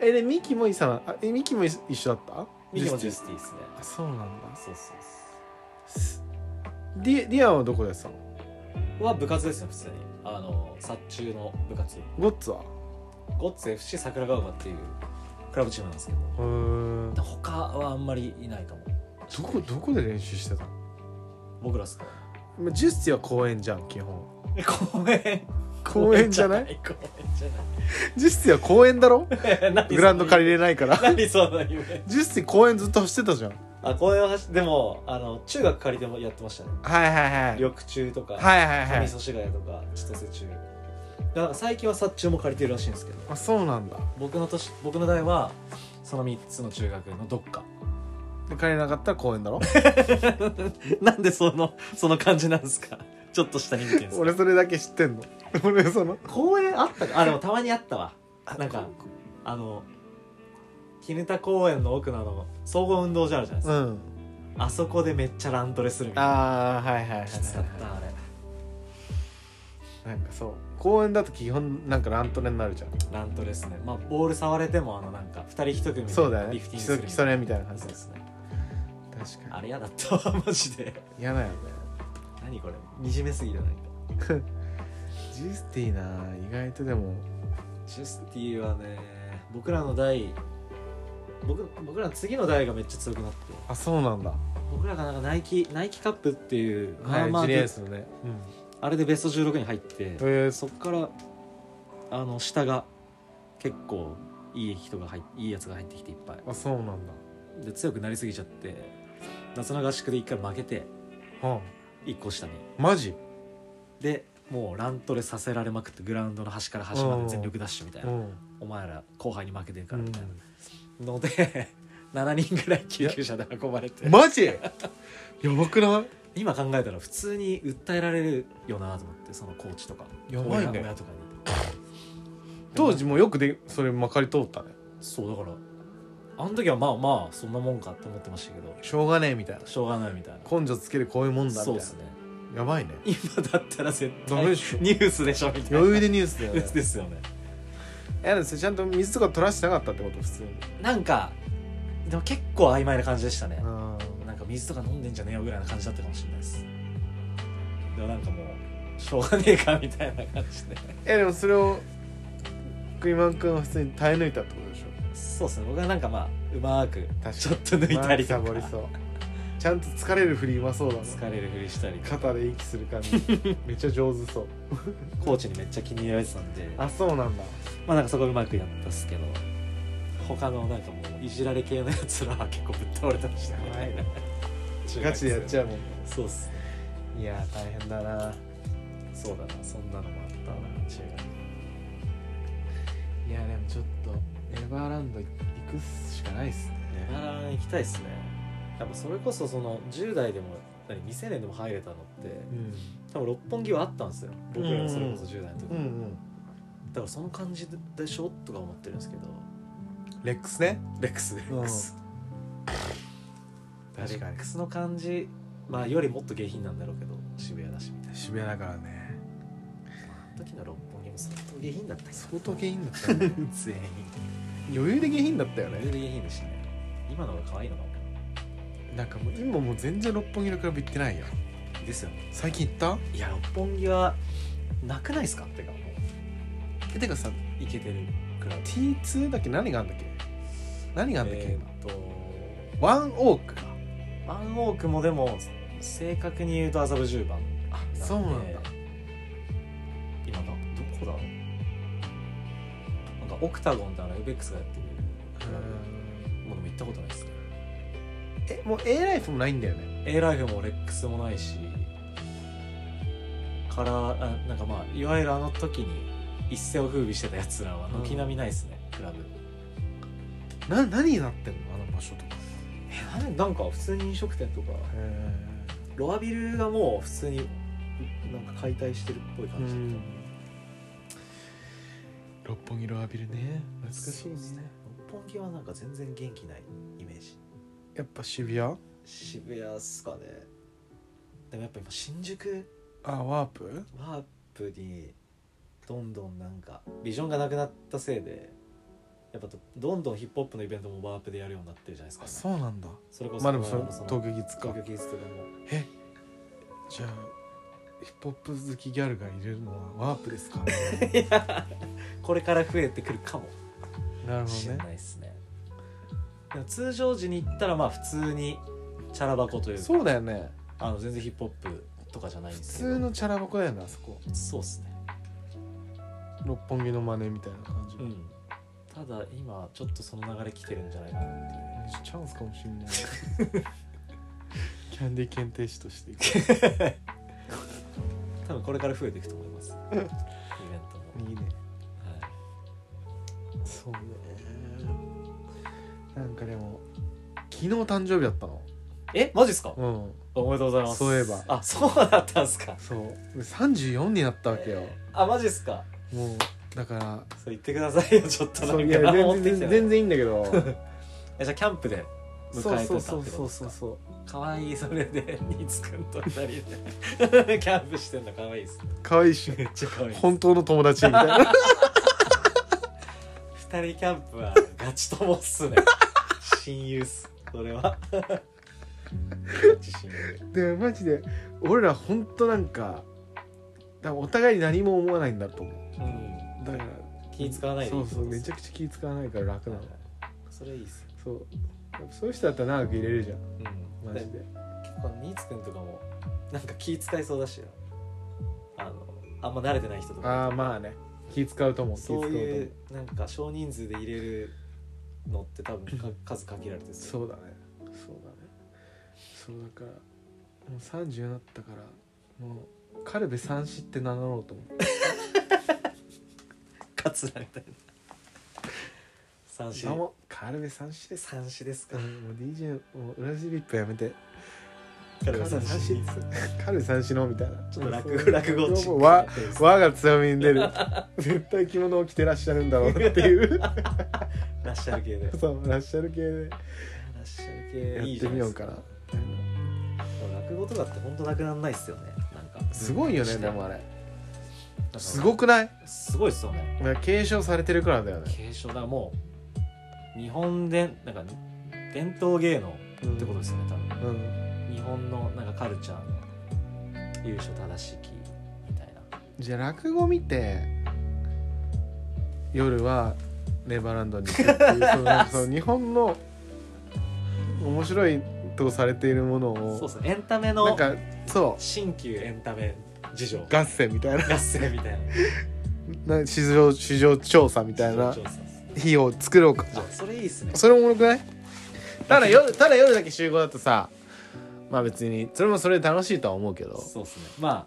A: えでミキもイサなあえミキも一緒だった
B: ミキもジ
A: ジュステ
B: ュスティですね
A: ィあそうなんだ
B: そうそうそ
A: すディディアンはどこでやってたの
B: うは部活ですよ普通にあの殺虫の部活
A: ゴッツは
B: ゴッツ FC 桜川丘っていうクラブチームなんですけど
A: へえ
B: で他はあんまりいないかも
A: どこどこで練習してたの
B: 僕らっすか
A: まあジュスティは公園じゃん基本
B: 公園
A: 公園じゃない
B: 公園じゃない
A: ジュスティは公園 だろ
B: 何
A: グラウンド借りれないから
B: 何その夢
A: ジュスティ公園ずっと走ってたじゃん
B: あ公園は走でもあの中学借りてもやってましたね
A: はいはいはい
B: 緑中とか、
A: はいはいは
B: 上
A: い
B: 祖師ヶ谷とか千歳中だから最近は殺虫も借りてるらしいんですけど
A: あそうなんだ
B: 僕の年僕の代はその3つの中学のどっか
A: で帰れなかったら公園だろ
B: なんでそのその感じなんですかちょっと下に見てるんですか
A: 俺それだけ知ってんの 俺その
B: 公園あったかあでもたまにあったわなんかあの絹田公園の奥のあの総合運動場あるじゃない
A: う
B: ですか、
A: ん
B: あそこでめっちゃ乱トレするみたいな
A: ああはいはいはい
B: きつかっ
A: は
B: たあれ
A: いなんかそう公園だと基本なんかラントレになるじゃん
B: 乱トレですねまあボール触れてもあのなんか二人一組で
A: そうだよ
B: リ
A: ね
B: フ
A: 基
B: ティングす
A: 礎
B: る
A: 基
B: みた
A: 礎練みた
B: いな
A: いな感じ
B: そう
A: で
B: ですね
A: 確か
B: あ
A: に
B: れ嫌だったわマジで
A: 嫌だよね
B: 何これ惨めすぎじゃないか
A: ジュースティーな意外とでも
B: ジュスティはね僕らの代僕僕らの次の代がめっちゃ強くなって
A: あそうなんだ
B: 僕らがなんかナイキナイキカップっていう、ま
A: は
B: あ
A: い
B: まあ
A: ジュリエースのね
B: あれでベスト16に入って
A: うんえーそ
B: そっからあの下が結構いい人が入っいいやつが入ってきていっぱ
A: あそうなんだ
B: いで強くなりすぎちゃって夏の合宿で一回負けて
A: は
B: 1個下に
A: あマジ
B: でもうラントレさせられまくってグラウンドの端から端まで全力ダッシュみたいうな、
A: ん
B: お前ら後輩に負けてるか
A: う
B: らみ
A: ん
B: たいな、ので 7人ぐらい救急車で運ばれて
A: マ ジやばくない
B: 今考えたら普通に訴えられるよなと思ってそのコーチとか
A: やばいね
B: 親親とかに
A: 当時もよくでそれまかり通ったね
B: そうだからあの時はまあまあそんなもんかって思ってましたけど
A: しょうがねえみたいな
B: しょうがないみたいな
A: 根性つけるこういうもんだみた
B: そ
A: いうな
B: ですね
A: やばいね
B: 今だったら絶
A: ダ
B: 対
A: メ
B: ニ
A: で
B: ュ
A: しょ
B: ースでしょみたい な
A: 余裕でニュースだよね
B: ですよね
A: えなんでそれちゃんと水とか取らしてなかったってこと普通に
B: なんかでも結構曖昧な感じでしたね、
A: あ
B: なんか水とか飲んでんじゃねえよぐらいな感じだったかもしれないですでもなんかもうしょうがねえかみたいな感じで
A: えでもそれをクイマン君は普通に耐え抜いたってことでしょ
B: そうですね僕はなんかまあうまく
A: 確
B: ちょっと抜いたりと
A: まあサボり
B: か
A: そうちゃんと疲れるふりうまそうだもん
B: 疲れるふりしたりとか
A: 肩で息する 感じめっちゃ上手そう
B: コーチにめっちゃ気に入られてたんで
A: あそうなんだ
B: まあなんかそこうまくやったっすけど他のなんかもういじられ系のやつらは結構ぶっ倒れてました
A: やばい
B: ね
A: ねガチでやっちゃうもんね
B: そうっすね
A: いやー大変だな
B: そうだなそんなのもあったな中
A: いやでもちょっとエバーランド行くしかないっすね
B: 学なら行きたいっすね多分それこそその10代でも何未成年でも入れたのって
A: うん
B: 多分六本木はあったんですよ僕らがそれこそ10代の時、
A: うんうん
B: だからその感じでしょとか思ってるんですけど
A: レックスね
B: レックスレックス、レ
A: 確か
B: ッ
A: に
B: クスの感じまあよりもっと下品なんだろうけど渋谷だしみたいな
A: 渋谷だからね
B: 時の六本木も相当下品だった
A: 相当下品だったよね
B: 全員
A: 余裕で下品だったよ
B: 全
A: ね
B: 然下品でしたね今の方が可愛いのかも
A: なんかもう今もう全然六本木のクラブ行ってないよ
B: ですよね
A: 最近行った
B: いや六本木はなくないですかってかも
A: えてかさ
B: ういけてるクラブ
A: T2 だっけ何があんだっけ何があんだっけ、
B: えーっと
A: ワンオークか
B: ワンオークもでも正確に言うと麻布十番あ
A: そうなんだ
B: 今だどこだなんかオクタゴンってあのエベックスがやってるクラブもうでも行ったことないですね
A: えもう A ライフもないんだよね
B: A ライフもレックスもないしからあなんかまあいわゆるあの時に一世を風靡してたやつらは
A: うん
B: 軒並みないですね、クラブ
A: な何になってんのあの場所とか
B: えなんなんか普通に飲食店とかロアビルがもう普通になんか解体してるっぽい感じ、
A: 六本木ロアビルね懐かしい
B: そうです
A: ね
B: 六本木はなんか全然元気ないイメージ
A: やっぱ渋谷
B: 渋谷っすかねでもやっぱ今新宿
A: あワープ
B: ワープにどんどんなんかビジョンがなくなったせいでやっぱどどんどんヒップホップのイベントもワープでやるようになってるじゃないですか、
A: あそうなんだ
B: それこそ
A: まあでもそれ
B: の
A: 東京キッズか
B: 東京キッズとかも
A: えじゃあヒップホップ好きギャルがいるのはワープですか
B: これから増えてくるかも
A: なるほ
B: し
A: ど
B: れ
A: ね
B: ないですねでも通常時に行ったらまあ普通にチャラ箱というか
A: そうだよね
B: あの全然ヒップホップとかじゃないんで
A: 普
B: すけど
A: 通のチャラ箱だよねあそこ
B: そうっすね
A: 六本木の真似みたいな感じ、
B: うんただ今ちょっとその流れ来てるんじゃないかなっていう
A: チャンスかもしんないキャンディー検定士として行く
B: 多分これから増えていくと思い ますイベントも、
A: いいね
B: はい
A: そうねなんかでも昨日誕生日だったの
B: えマジっすか
A: うん
B: おめでとうございます
A: そういえば
B: あそうだったんすか
A: そう俺34になったわけよ
B: あマジっすか
A: もうだから
B: そう言ってくださいよちょっとなん
A: そ
B: か
A: ういや
B: 何も持っ
A: 全
B: てき て
A: 然
B: ない
A: 全然いいんだけど
B: えじゃあキャンプで
A: そ
B: 迎
A: う
B: えてたって
A: そ
B: こ
A: うそ
B: と
A: うそうそうそう
B: かわいいそれでニツくんと二人で キャンプしてんのかわいいです
A: 可愛いし
B: めっちゃかわい い
A: 本当の友達みたいな
B: 二人キャンプはガチ友っすね親友っすそれはガチ親 友
A: でマジで俺ら本当なんかだからお互いに何も思わないんだと思う
B: うん
A: だから
B: 気使わないで
A: そうそうめち
B: ゃ
A: ゃくちゃ気使わないから楽なの
B: それいいっす
A: そうやっぱそういう人だったら長く入れるじゃん
B: うん
A: マジで
B: このニーツくんとかもなんか気使いそうだしなあのあんま慣れてない人と
A: あ
B: か
A: あまあね気使うと思う気使う
B: そ
A: と
B: う
A: 思
B: いううなんか少人数で入れるのって多 分か数限られてるう
A: そうだねそうだねそうだからもう30になったからもうカルベ三子って名乗ろうと思って
B: カツラみたいな三
A: どう
B: 子
A: もカルベ三子です
B: 三子です
A: う
B: か
A: んもう DJ もう裏地ビップやめて
B: カ
A: カルベ三子
B: ち
A: カルベ三子のみたいな
B: ょっと落語落語チックにや
A: わ
B: ってるんです
A: わが強みに出る 絶対着物を着てらっしゃるんだろうなっていう
B: ラッシャル系でラ
A: そうらっしゃる系で
B: ッシャル
A: やっ
B: 系い
A: て
B: いじゃな
A: み
B: いで
A: よう
B: すか
A: かな
B: 落語とかって本当なくならないっすよねなんか
A: すごいよねでもあれすご
B: く
A: くない
B: すごいっすよね
A: いや継承されてるからだよね
B: 継承だからもう日本でなんか伝統芸能ってことですよね多分
A: うん
B: 日本のなんかカルチャーの優勝正しきみたいな
A: じゃあ落語見て夜はネバーランドに行くっていうその なんかその日本の面白いとされているもの
B: そう
A: を
B: そうエンタメ
A: なん
B: の
A: かそ
B: 新旧エンタメ事情
A: う合戦みたいな
B: 合戦みたいな
A: な市場市場調査みたいな
B: 市場調査
A: 日を作ろうか
B: あそれいいっすね
A: それおもろくないただ夜ただ夜だけ集合だとさまあ別にそれもそれで楽しいとは思うけど
B: そうっすねまあ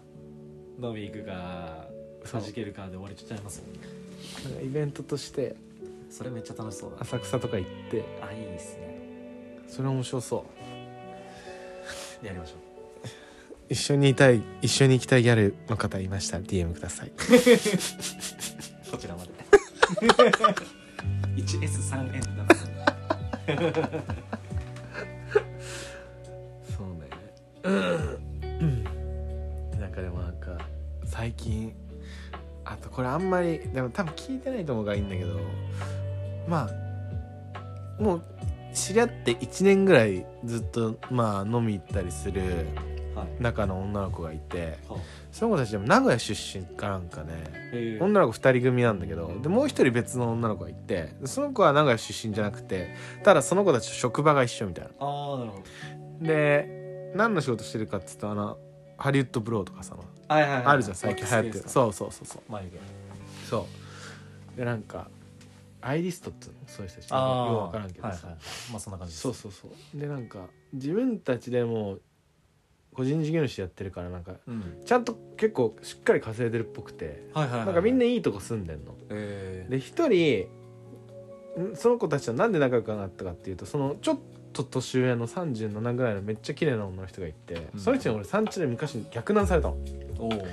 B: 飲み行くか
A: そう
B: はじけるかで終わりちゃいますもんね
A: なんかイベントとして
B: それめっちゃ楽しそうだ
A: 浅草とか行って
B: あいいっすね
A: それ面白そう
B: やりましょ
A: 一緒にいたい一緒に行きたいギャルの方いましたら DM くださいう
B: こ ちらまで 1S3 エンタメ
A: そうねなんかでもなんか最近あとこれあんまりでも多分聞いてないと思うからいいんだけどまあもう知り合って1年ぐらいずっとまあ飲み行ったりする
B: はい
A: 中の女の子がいて
B: は
A: その子たちでも名古屋出身かなんかね
B: えー
A: 女の子2人組なんだけどでもう1人別の女の子がいてその子は名古屋出身じゃなくてただその子たちと職場が一緒みたいな
B: ああなるほど
A: で何の仕事してるかって言うとあのハリウッドブローとかさ、
B: はいはいはい
A: あるじゃん最近流行ってる
B: そう
A: そうそうそうそう
B: 眉毛
A: そうでなんかアイリストっていうのそういう人たちよ
B: ああ
A: くわからんけどさ、
B: はいはい、まあそんな感じです
A: そうそうそうでなんか自分たちでもう個人事業主やってるからなんか
B: うん
A: ちゃんと結構しっかり稼いでるっぽくて
B: はいはいはい、
A: なんかみんないいとこ住んでんの
B: え
A: で一人んその子たちとなんで仲良くなったかっていうとそのちょっと年上の37ぐらいのめっちゃ綺麗な女の人がいて、
B: うん
A: その人に俺産地で昔逆難されたの
B: ー、おお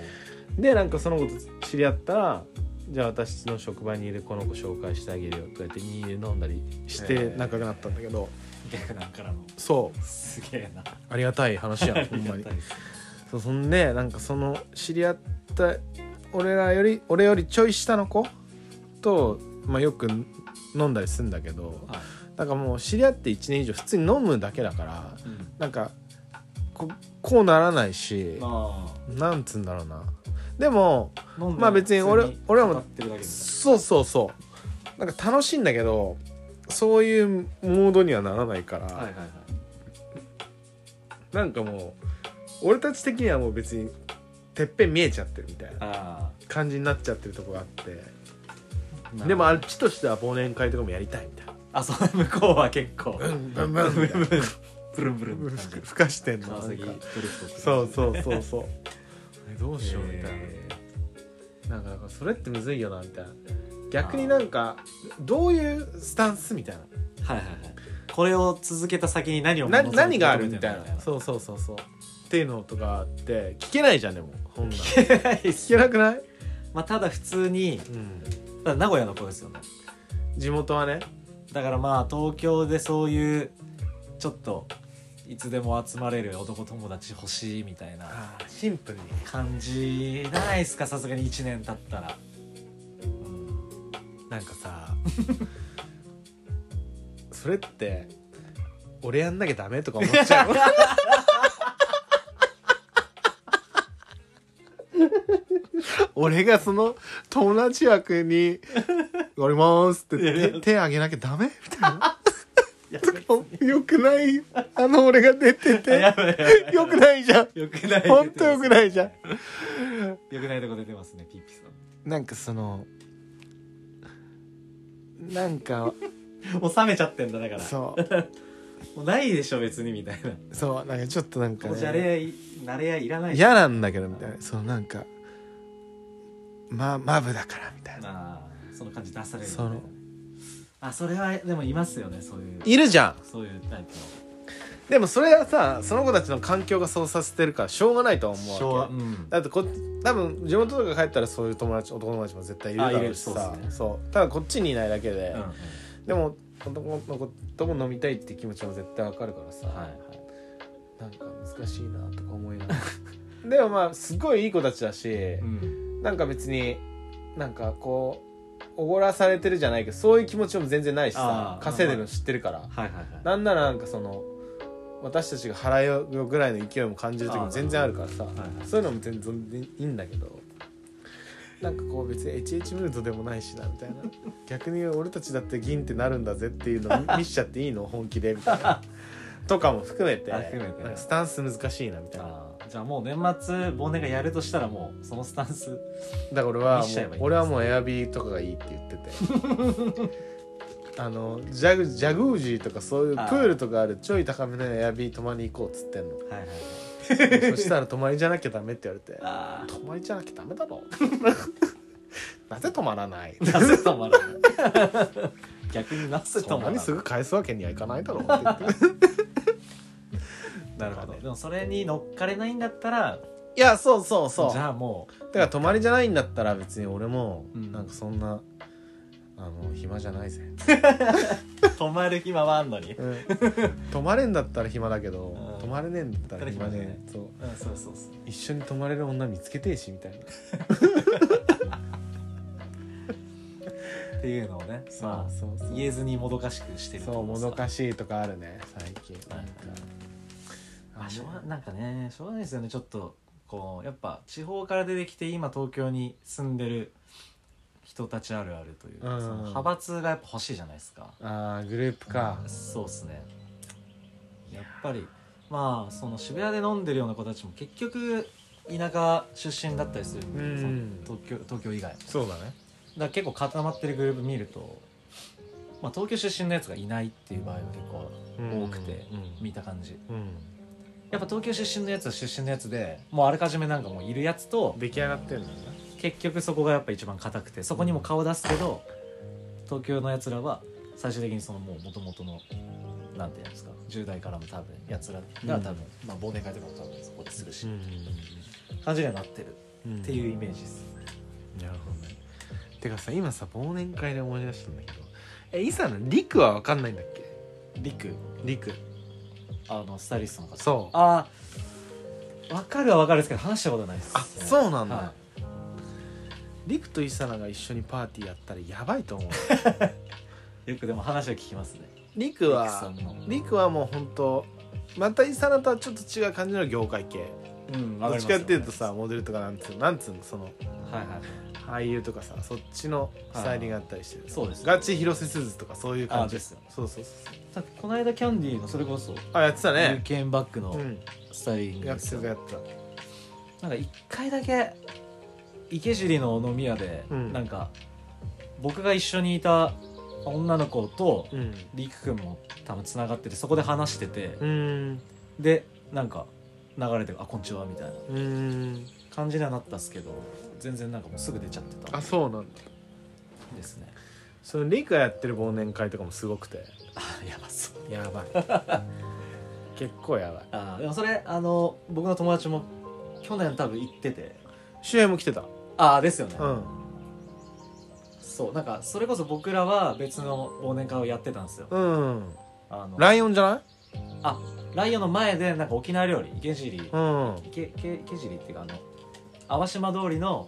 A: でなんかその子と知り合ったらじゃあ私の職場にいるこの子紹介してあげるよとか言って2で飲んだりして
B: へえ
A: 仲良くなったんだけど、
B: 逆なんからの
A: そう
B: すげえな
A: ありがたい話やんほん まにそうそんでなんかその知り合った俺らより俺よりちょい下の子と、まあ、よく飲んだりするんだけど
B: はい
A: なんかもう知り合って1年以上普通に飲むだけだから
B: うん
A: なんかここうならないし
B: ま
A: なんつうんだろうなでも
B: あ飲んで
A: まあ別に俺
B: 普通
A: 俺らも
B: 語ってるだけみたい
A: そうそうそうなんか楽しいんだけどそういうモードにはならないから、
B: なはいはいはい
A: なんかもう俺たち的にはもう別にてっぺん見えちゃってるみたいな
B: あ
A: 感じになっちゃってるとこがあって
B: あ
A: でもあっちとしては忘年会とかもやりたいみたいな
B: あそう向こうは結構ブ
A: うんブンブンブンブン
B: ルンブルン
A: ふ
B: って感じ
A: ふかしてんの
B: 川
A: なん
B: 崎
A: か
B: ドリフトって感じ
A: そうそうそうそうえどうしようみたいな
B: え
A: なんかなんかそれってむずいよなみたいな逆になんかどういうスタンスみたいな
B: ーはいはいはいこれを続けた先に何を
A: な
B: 望んで
A: 何があるみたいな
B: 求めてるの
A: そうそうそうそうっていうのとかあって聞けないじゃんでもほんなん聞
B: みたいな
A: けなくない、
B: まあただ普通に
A: うん、
B: ただ名古屋の子ですよね
A: 地元はね
B: だからまあ東京でそういうちょっといつでも集まれる男友達欲しいみたいな
A: あーシンプルに
B: 感じないっすかさすがに1年経ったら
A: なんかさ それって俺やんなきゃダメとか思っちゃ う俺がその友達役に「やります」って言って手手挙げなきゃダメみたいな。 とかよくないあの俺が出てて
B: やばいやばい
A: よくないじゃん
B: よくない
A: ほんとよくないじゃん
B: よくないとこ出てますねピッピさ
A: なんかそのなんか
B: んもう冷めちゃってんだだから
A: そう
B: もうないでしょ別にみたいな
A: そうなんかちょっとなんか、
B: こうじゃれ合い慣れ合いいらない
A: 嫌なんだけどみたいなそうなんかまマブだからみたいな
B: なその感じ出される
A: その
B: あそれはでもいますよねそういう
A: いるじゃん
B: そういうタイプ
A: でもそれはさその子たちの環境がそうさせてるからしょうがないとは
B: の
A: 思うわけ
B: うん
A: だってこ多分地元とか帰ったらそういう友達男友達も絶対いるだ
B: あい
A: ろう
B: る
A: し
B: そうっ
A: さ
B: す
A: そう,、
B: ね
A: ただこっちにいないだけで
B: う、んうん
A: でも男の子とも飲みたいって気持ちも絶対わかるからさ、
B: はいはい
A: なんか難しいなとか思いながら でもまあすごいいい子たちだし、
B: うん
A: なんか別になんかこうおごらされてるじゃないけどそういう気持ちも全然ないし
B: あ
A: さ
B: ー
A: 稼いでるの知ってるから
B: はいはいはい
A: なんならなんかその私たちが払いよぐらいの勢いも感じる時も全然あるからさ
B: いはい
A: そういうのも全然いいんだけどなんかこう別に HH ムードでもないしなみ たいな逆に俺たちだって銀ってなるんだぜっていうのを見見しちゃっていいの本気でみたいなとかも含めて
B: あ含めて
A: なんかスタンス難しいなみたいな
B: あーじゃあもう年末忘年がやるとしたらもうそのスタンス
A: だから俺はも
B: 見しちゃえ
A: う
B: ばいいんですね
A: 俺はもうエアビーとかがいいって言ってて あのジャグジャグージーとかそういうプ
B: あー
A: ールとかあるちょい高めのエアビー泊まりに行こうっつってんの
B: はいはいはい
A: そしたら泊まりじゃなきゃダメって言われて
B: あ
A: 泊まりじゃなきゃダメだろ なぜ泊まらない
B: あなぜ止まらない逆にな
A: そ
B: ぜ止
A: んな
B: まらな
A: に
B: い
A: すぐ返すわけにはいかないだ ろうって言って
B: なるほどでもそれに乗っかれないんだったら
A: いやそうそうそう
B: じゃあもう
A: だから泊まりじゃないんだったら別に俺も
B: うん
A: なんかそんな、あの暇じゃないぜ、
B: 止まる暇はあんのに
A: うん 泊まれんだったら暇だけど
B: うん
A: 泊まれねえんだったら暇
B: だったら暇じゃな
A: ね
B: い
A: そう
B: うんそうそうそう
A: 一緒に泊まれる女見つけてえしみたいな
B: っていうのをねまあ
A: そうそう
B: 言えずにもどかしくしてる
A: そうもどか
B: し
A: しいとかあるね最近
B: は
A: な
B: い
A: んか
B: あしょうがなんかねしょうがないですよねちょっとこうやっぱ地方から出てきて今東京に住んでる人たちあるあるというか、
A: うん
B: その派閥がやっぱ欲しいじゃないですか
A: あーグループか
B: そうですねやっぱりまあその渋谷で飲んでるような子たちも結局田舎出身だったりするんで、
A: うん
B: その東京東京以外だか
A: そうだね
B: ら結構固まってるグループ見ると、まあ、東京出身のやつがいないっていう場合が結構多くて、見た感じ
A: うん
B: やっぱ東京出身のやつは出身のやつでもうあらかじめなんかもういるやつと
A: 出来上がってるんだね
B: 結局そこがやっぱ一番硬くてそこにも顔出すけど東京のやつらは最終的にそのもう元々のなんていうんですか10代からの多分やつらが多分、まあ忘年会とかも多分そこでするし、感じにはなってる
A: っ
B: っていうイメージです、
A: なるほどねてかさ今さ忘年会で思い出したんだけどえイさんの陸は分かんないんだっけ
B: リク
A: 陸
B: あのスタイリストの方
A: そう
B: ああ分かるは分かるんですけど話したことないです
A: あそうなんだ
B: はい
A: 陸とイサナが一緒にパーティーやったらやばいと思う
B: よくでも話は聞きますね
A: リク
B: リクさ
A: は
B: んの
A: リクはもう本当またイサナとはちょっと違う感じの業界系
B: うん
A: どっちかっていうとさ
B: は
A: モデルとかなんつうのなんつうのその
B: いはい
A: 俳優とかさそっちのスタイリングがあったりしてる、
B: そうです
A: ガチ広瀬すずとかそういう感
B: あ
A: じ
B: ですよ
A: そうそうそう
B: さこの間キャンディーのそれこそ
A: あやってた
B: 有
A: ね
B: 権バッグの
A: うん
B: スタイリング
A: や
B: で
A: っ
B: す
A: て
B: よ
A: たやってた
B: なんか一回だけ池尻の飲み屋で、
A: うん
B: なんか僕が一緒にいた女の子と
A: うん
B: りくくんも多分つながっててそこで話してて
A: う、ーん
B: でなんか流れて「あこんにちは」みたいな
A: うーん
B: 感じにはなったっすけど全然なんかもうすぐ出ちゃってた
A: あそうなんだ
B: んですね
A: そのリクがやってる忘年会とかもすごくて
B: あ やばそう
A: やばい 結構やばい
B: あでもそれあの僕の友達も去年多分行ってて
A: 試合も来てた
B: ああですよね、
A: うん
B: そうなんかそれこそ僕らは別の忘年会をやってたんですよ
A: うん
B: あの
A: ライオンじゃない
B: あライオンの前でなんか沖縄料理池尻
A: うんうん
B: 池池池尻っていうかあの淡島通りの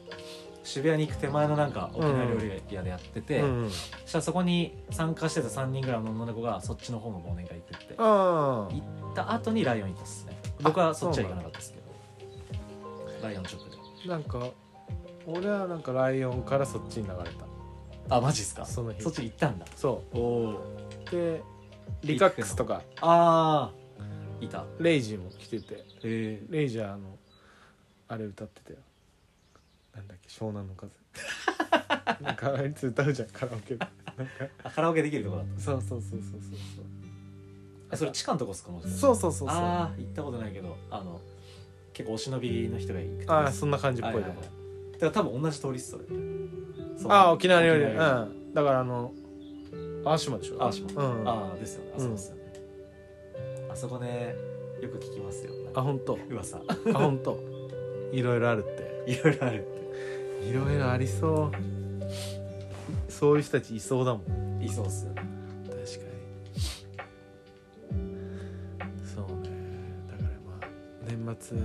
B: 渋谷に行く手前のなんか沖縄料理屋でやってて、
A: うん
B: そしたらそこに参加してた3人ぐらいの女の子がそっちの方の忘年会行くって行
A: あー
B: った後にライオン行ったっすね僕はそっちは行かなかったですけどライオンチョップで
A: なんか俺はなんかライオンからそっちに流れ
B: あマジっすか
A: たその日
B: そっち行ったんだ
A: そ
B: おお
A: うでリカックスとか
B: ああいた
A: レイジも来てて
B: へえ
A: レイジはあのあれ歌ってたよなんだっけ湘南の風 なんかあいつ歌うじゃんカラオケで
B: あカラオケできるとこだっ
A: そうそうそうそうそう
B: たあそれ地下のとこっすかもしかして
A: そうそうそうそうあ
B: ああ行ったことないけどあの結構お忍びの人が行くとこ
A: あー
B: です
A: そんな感じっぽいとこ、
B: はいはいだから多分同じ通りっすそれそう
A: ああ沖縄料理う
B: 沖縄理
A: んだからあの淡島でしょ
B: 淡島
A: うんあ
B: ああですよねあそこっすよね、あそこねよく聞きますよなんか
A: 本当
B: 噂
A: あ本当いろいろあるって
B: いろいろあるって
A: いろいろありそうそういう人たちいそうだもん
B: いそうっすよね
A: 確かにそうねだからまあ年末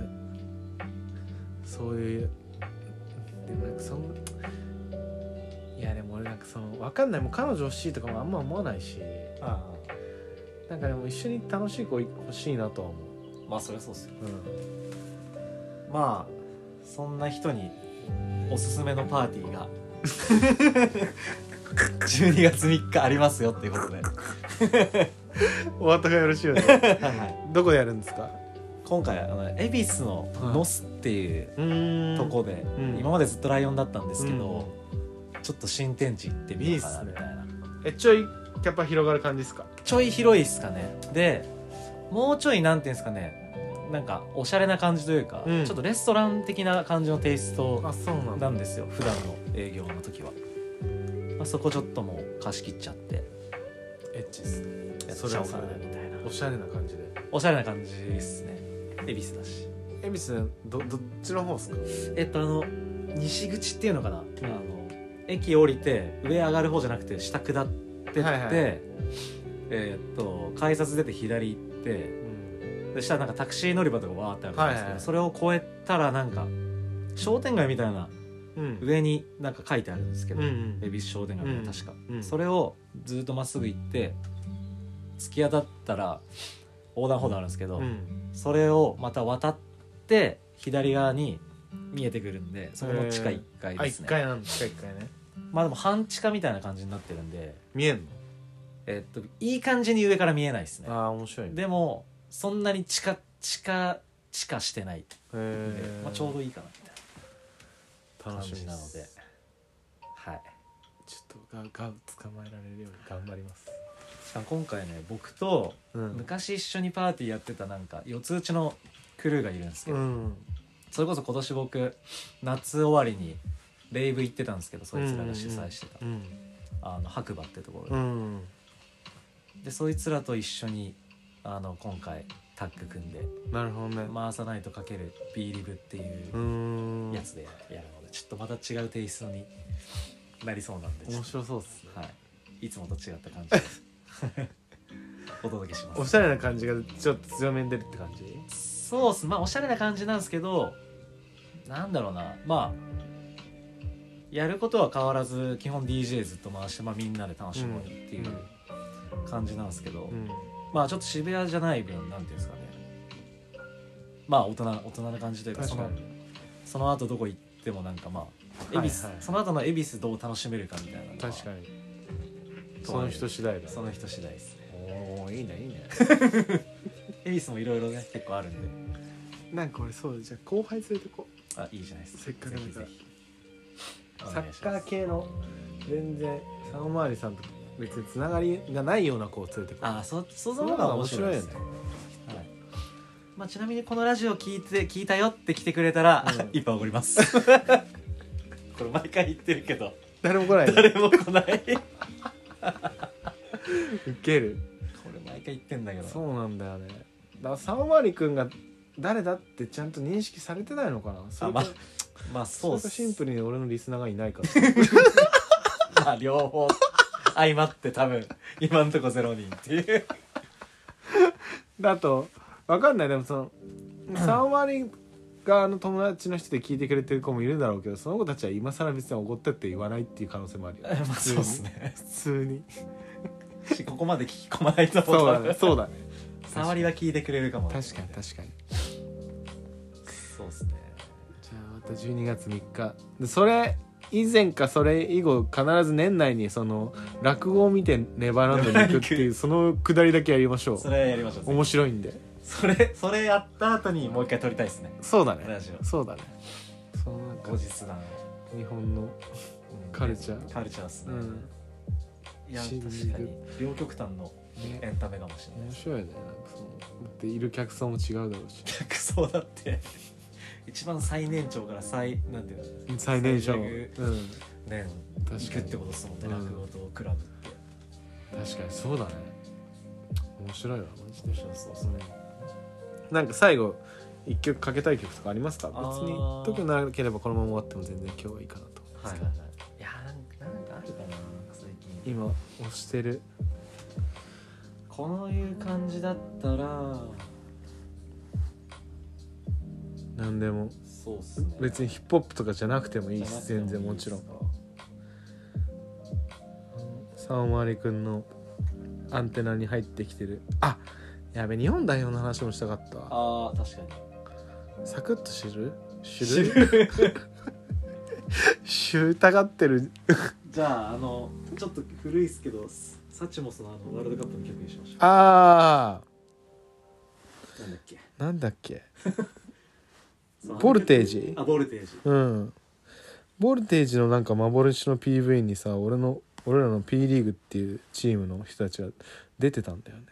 A: そういうでもなんかそんいやでも俺なんかそのわかんないもう彼女欲しいとかもあんま思わないし
B: ああ
A: なんかでも一緒に楽しい子欲しいなとは思う、
B: まあそりゃそうっすよ
A: うん、
B: まあそんな人におすすめのパーティー が12月3日ありますよっていうことで、
A: 終わったがよろしいよね どこでやるんですか
B: 今回あの恵比寿のノスっていう
A: うーん
B: とこで、
A: うん
B: 今までずっとライオンだったんですけど、ちょっと新天地行ってみようかなみたいな
A: えちょいキャパ広がる感じですか
B: ちょい広いっすかねでもうちょいなんていうんですかねなんかおしゃれな感じというか、
A: うん
B: ちょっとレストラン的な感じのテイスト
A: あそうなんだ
B: なんですよ普段の営業の時は、まあ、そこちょっともう貸し切っちゃって
A: エッチですね
B: やっ
A: そ
B: ち
A: れ
B: ゃお
A: は
B: う
A: そ
B: か
A: れ
B: なみ
A: で
B: たいな
A: おしゃれな感じで
B: おしゃれな感じですね恵比寿だし
A: 恵比寿どどっちの方ですか
B: えっとあの西口っていうのかな、あの駅降りて上上がる方じゃなくて下下ってって、
A: はいはい
B: えっと改札出て左行ってで下なんかタクシー乗り場とかわーってあるんですけど、
A: はいはい
B: それを越えたらなんか商店街みたいな
A: うん
B: 上になんか書いてあるんですけど、
A: ん
B: 恵比寿商店街みたいな確か、
A: うんうん
B: それをずっとまっすぐ行って突き当たったら横断歩道あるんですけど、
A: うん
B: それをまた渡って左側に見えてくるんでそこの地下1階
A: あ
B: です
A: 一
B: ね、
A: 回なんだ一回一回ね
B: まあでも半地下みたいな感じになってるんで
A: 見えん
B: えっといい感じに上から見えないですね
A: のああ面白いね
B: でもそんなに地下地下地下してないんで、
A: へえ
B: まあ、ちょうどいいかなみたい
A: ど
B: な
A: 楽
B: 感
A: しみ
B: じ
A: な
B: な
A: の
B: の
A: で
B: ではい
A: ちょっとガガウ捕まえられるように頑張ります
B: しかも今回ね僕と
A: うん
B: 昔一緒にパーティーやってたなんか四つ打ちのクルーがいるんですけ
A: う
B: ど、
A: ん
B: それこそ今年僕夏終わりにレイブ行ってたんですけどそいつらが主催してた、
A: うん
B: あの白馬ってところ
A: う
B: で,、
A: ん
B: でそいつらと一緒にあの今回タッグ組んで
A: なるほどね
B: 「回さないとかけるビーリブ」っていう
A: うーん
B: やつでやるのでちょっとまた違うテイストになりそうなんで
A: 面
B: ちょっ
A: 白そうっすね
B: とはい、いつもと違った感じで お届けし
A: お
B: ま
A: しゃれな感じがちょっと強めに出るって感じ
B: すそうっすまあおしゃれな感じなんですけどなんだろうなまあやることは変わらず基本 DJ ずっと回して、まあ、みんなで楽しもうよっていう感じなんですけど、
A: うん
B: まあちょっと渋谷じゃない分なんていうんですかねまあ大人大人な感じというか
A: 確か
B: その
A: に
B: その後どこ行ってもなんかまあ恵比寿、
A: はいはい
B: その後の恵比寿どう楽しめるかみたいなのは
A: 確かにその人次第だ
B: その人次第ですね
A: おおいいねいいね
B: 恵比寿もいろいろね結構あるん で
A: なんか俺そうじゃあ後輩連れてこう
B: あいいじゃないですか
A: せっかく
B: ぜ
A: だ
B: ひ
A: から
B: ぜひ
A: サッカー系の全然佐野回りさんと別につながりがないような子を連れてくる
B: ああそそ
A: そういう
B: の方
A: の
B: が
A: が面
B: 面白
A: 白
B: い
A: い
B: で
A: よ
B: す
A: ね
B: ねはいまあ、ちなみにこのラジオ聞いて聞いたよって来てくれたら、
A: うん
B: 一杯おごります これ毎回言ってるけど
A: 誰も来ない
B: 誰も来ない
A: ウケる
B: これ毎回言ってんだけど
A: そうなんだよねだから佐野回りくんが誰だってちゃんと認識されてないのかなそれか
B: まあまあ
A: そ
B: そう
A: れ
B: っ
A: か
B: す
A: シンプルに俺のリスナーがいないから
B: まあ両方相まって多分今んとこゼロ人っていう
A: だとわかんないでもその3割側の友達の人で聞いてくれてる子もいるんだろうけどその子たちは今更別に怒ってって言わないっていう可能性もあるよ、ね、
B: まあそうっす ね
A: 普通に
B: ここまで聞き込まないと
A: そう だねそうだね
B: 触りは聞いてくれるかも
A: 確かに確かに
B: そうっすね
A: じゃあまた12月3日でそれ以前かそれ以後必ず年内にその落語を見てネバーランドに行くっていうそのくだりだけやりましょう
B: それやりましょう
A: 面白いんで
B: それそれやった後にもう一回撮りたいですね
A: そうだね
B: ラジオ
A: そうだねそのなんか
B: 後日談
A: 日本のカルチャー
B: カルチャーっす
A: う
B: ね、
A: ん
B: いや
A: 新
B: 確
A: 宿
B: かに両極端の
A: ね
B: エンタメかもしれない
A: 面
B: です
A: 白いねなんかそのだっている客層も違うだろうし
B: 客層だって一番最年長から最なんていう の
A: 最年少う
B: 最
A: ん
B: 悪年
A: 確
B: 行
A: か
B: くっ
A: に
B: てことですもんね、
A: うん
B: 落語とクラブって
A: 確かにそうだね面白いわマジで
B: そうそうそう
A: なんか最後一曲かけたい曲とかありますか別
B: あー
A: に特になければこのまま終わっても全然今日はいいかなと思います
B: はい
A: け
B: はい
A: ど、
B: はいいやなんかなんかあるかな最近
A: 今押してる
B: こういう感じだったら
A: 何でも
B: そうっすね
A: 別にヒップホップとかじゃなくてもいい
B: じゃな
A: し
B: くてもい
A: 全
B: いです
A: 然もちろん三割くんのアンテナに入ってきてるあやべ日本代表の話もしたかったわ
B: あー確かに
A: サクッと知る知る 知るたがってる
B: じゃああのちょっと古いっすけどササチモスのあのワールドカップの曲にしましょ
A: あ
B: うなんだっけ
A: ーなんだっけ
B: そう
A: ボルテージ
B: あボルテージ
A: うんボルテージのなんか幻の PV にさ俺の俺らの P リーグっていうチームの人たちが出てたんだよね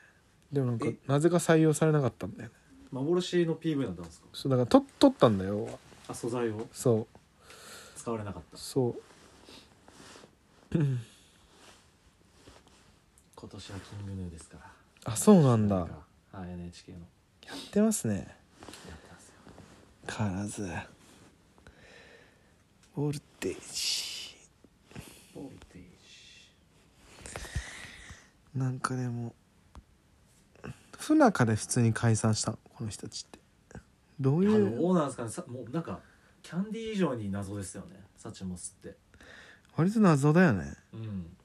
A: でもなんか
B: え
A: なぜか採用されなかったんだよね
B: 幻の PV だったんですか
A: そうだからと取ったんだよ
B: あ素材を
A: そう
B: 使われなかった
A: そう
B: 今年はキングヌーですから
A: あそうなんだや
B: はい NHK の
A: ってますね
B: やってますよ
A: 変わらずボルテージ
B: ボルテージ
A: なんかでも不仲で普通に解散したのこの人たちってどう
B: いや
A: いう
B: でもオーナーですかねさもうなんかキャンディー以上に謎ですよねサチモスって
A: 割と謎だよね
B: うん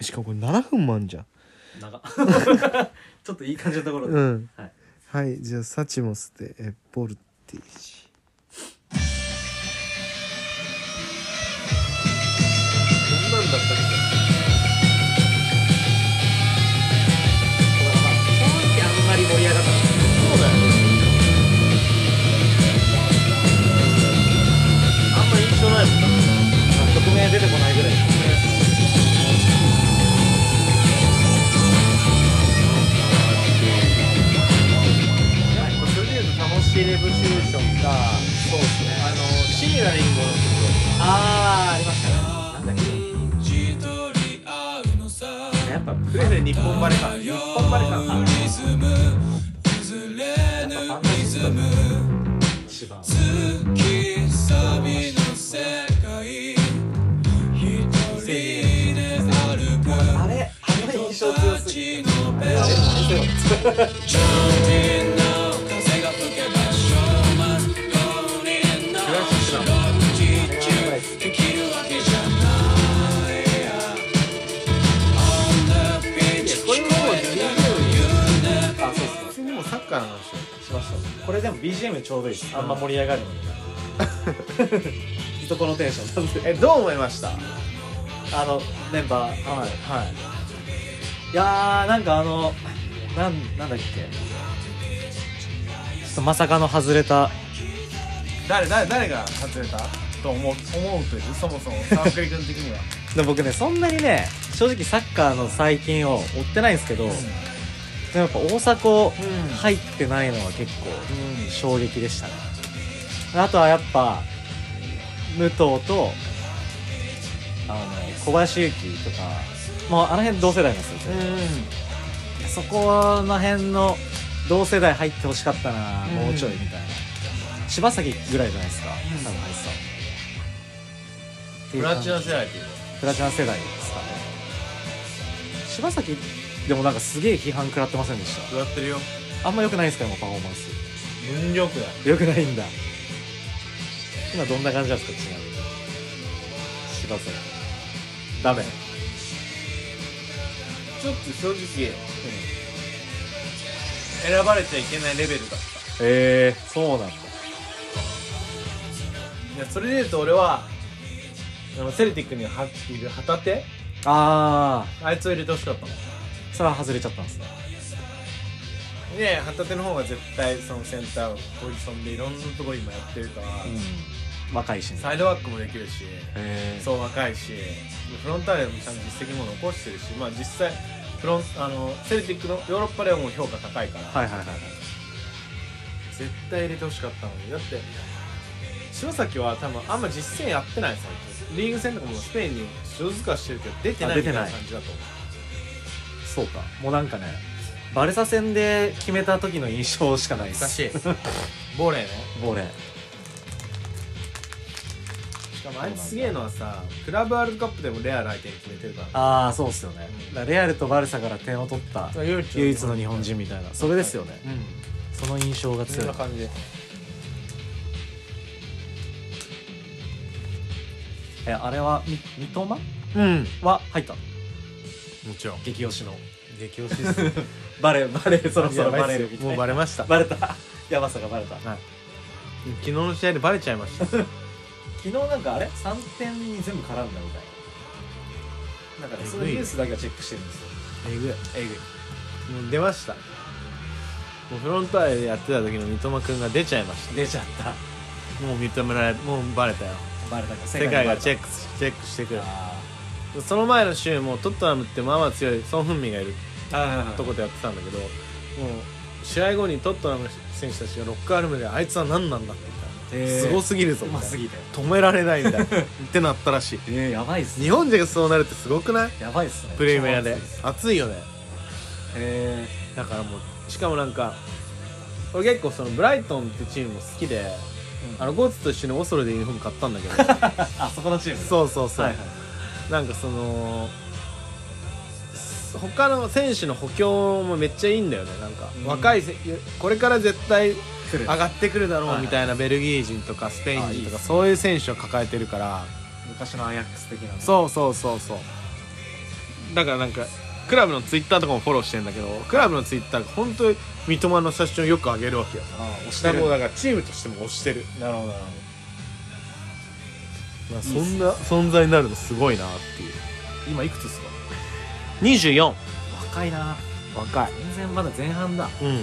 A: しかもこれ7分もあんじゃん
B: 長ちょっといい感じのところで、
A: うん
B: はい
A: はいじゃあサチモスでえボルテージ
B: やっぱ一番あれあれ印象強すぎる
A: 普通にもうサッカーの話
B: しましたこれでも BGM ちょうどいいですあんま盛り上がる のにいとこのテンションなんで
A: えどう思いました
B: あのメンバー
A: はいはい
B: いやーなんかあのなんなんだっけちょっとまさかの外れた
H: 誰誰誰が外れたと思う思うというそもそも三角君的には
B: で僕ねそんなにね正直サッカーの最近を追ってないんですけど、でもやっぱ大迫入ってないのは結構衝撃でしたね、あとはやっぱ武藤とあの小林勇輝とか、まあ、あの辺同世代なんですよ全然、そこの辺の同世代入ってほしかったな、もうちょいみたいな柴崎ぐらいじゃないですか、多分入ってたのっていう感じ
H: 世代っていう
B: プラチナ世代ですかね柴崎でもなんかすげえ批判食らってませんでした
H: 食らってるよ
B: あんま良くないですかもうパフォーマンス
I: 分力だ
B: 良くないんだ今どんな感じなんですかちなみに芝さんダメ
I: ちょっと正直、選ばれちゃいけないレベルだっ
B: ええそうなんだ
A: いやそれで言うと俺はあのセルティックにはいる旗手
B: ああ
A: あいつを入れてほしかったもん
B: それは外れちゃったんですね
A: ね旗手の方が絶対そのセンターポジションでいろんなとこ今やってるから、
B: うん若いしね
A: サイドバックもできるし
B: え
A: そう若いしフロンターレもちゃんと実績も残してるしまあ実際フロンあのセルティックのヨーロッパではもう評価高いから、
B: はいはいはいはい
A: 絶対入れてほしかったのにだって柴崎は多分あんま実戦やってない最近リーグ戦とかもスペインに塩塚してるけど出てな
B: あ
A: い
B: 出
A: みたい
B: てない
A: な感じだと思う
B: そうかもうなんかねバルサ戦で決めた時の印象しかないです
A: 難しいボレーね
B: ボレー
A: しかもあいつすげえのはさクラブワールドカップでもレアル相手に決めてるから
B: ああそうっすよねだからレアルとバルサから点を取った
A: 唯
B: 唯一の日本人みたいなそれですよね
A: うん
B: その印象が
A: そん
B: 強い
A: な感じで
B: えあれはみ三笘
A: うん
B: は入った
A: もちろん
B: 激推しの
A: 激推しですね
B: バレバレそろそろ
A: いや
B: バレるみたいな
A: もうバレました
B: バレたやばさがバレた昨
A: 昨日の試合でバレちゃい ました
B: 日なんかあれ3点に全部絡んだみたいななんかねそのニュースだけはチェックしてるんですよ
A: えぐいえぐいもう出ましたもうフロンターレでやってた時の三笘くんが出ちゃいまし
B: 出ちゃった
A: たもう認められもうバレたよ
B: バレたか
A: 世界がチェッ
B: ク
A: クチェックしてくるその前の週もトットナムってまあまあ強いソン・フンミンがいる
B: あ
A: とこでやってたんだけどもう試合後にトットナムの選手たちがロッカールームであいつは何なんだって言った
B: へ
A: らす
B: ー
A: ごすぎるぞ
B: う
A: みたい
B: ま
A: な
B: すぎて
A: 止められないんだってなったらしい
B: えー、やばいっすね
A: 日本人がそうなるってすごくない
B: やばいっすね
A: プレミアで
B: へ
A: 熱いよね
B: え
A: だからもうしかもなんか俺結構そのブライトンってチームも好きで、
B: うん
A: あのゴーツと一緒にオソロでユニフォーム買ったんだけど
B: あそこのチーム
A: そうそうそう、
B: はいはい
A: なんかそのす他の選手の補強もめっちゃいいんだよねなんか、
B: うん
A: 若いせこれから絶対
B: 来
A: 上
B: る
A: がってくるだ
B: はい
A: ろ
B: は
A: う
B: い
A: みたいなベルギー人とかスペイン
B: あいい
A: 人
B: っ
A: と
B: す
A: か
B: ね
A: そういう選手を抱えてるから
B: 昔のアヤックス的なね
A: そうそうそうそうだからなんかクラブのツイッターとかもフォローしてんだけどクラブのツイッターが本当に三笘の写真をよく上げるわけよ
B: あ押し
A: だ
B: て
A: か
B: る
A: らもうだからチームとしても推してる、
B: なるほどなる
A: まあ、そんな存在になるのすごいなっていう今いくつですか24
B: ほど若いな
A: 若い
B: 全然まだ前半だ
A: うん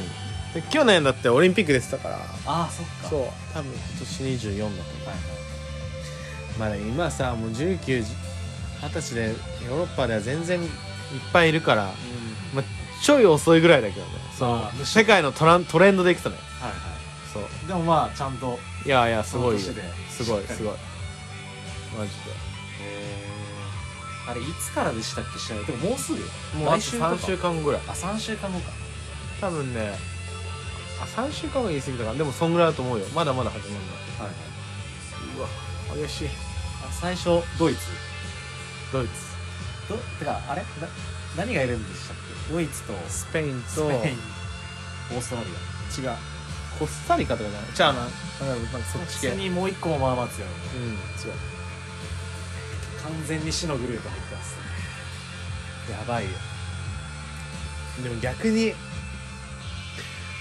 A: で去年だってオリンピック出てたから
B: ああそっか
A: そう多分今年24だと思うまあでも今さもう1920歳でヨーロッパでは全然いっぱいいるから、まあ、ちょい遅いぐらいだけどねその
B: まあ
A: 世界のトラントレンドでいくとね
B: はいは
A: そう
B: いでもまあちゃんと
A: いやいやすごいよ
B: その年です
A: ごい
B: しっかり
A: すごいマジ
B: あれいつからでしたっけ試合でももうすぐ
A: でもうあと3
B: とか
A: 週間後ぐらい
B: あ3週間後か
A: 多分ねあ3週間は言い過ぎたからでもそんぐらいだと思うよまだまだ始まるの
B: はい
A: だう
B: はい
A: わ激しい
B: あ最初ドイツ
A: ドイツ
B: どてかあれな何がいるんでしたっけドイツと
A: スペインと
B: スペインオーストラリ
A: 違うコスタリカとかじゃないじゃあななんかなんか
B: ア
A: そっち
B: 普
A: 系
B: 通にもう一個もまあまあ強いよね
A: うん違う
B: 完全に死のグループ入ってます
A: やばいよでも逆に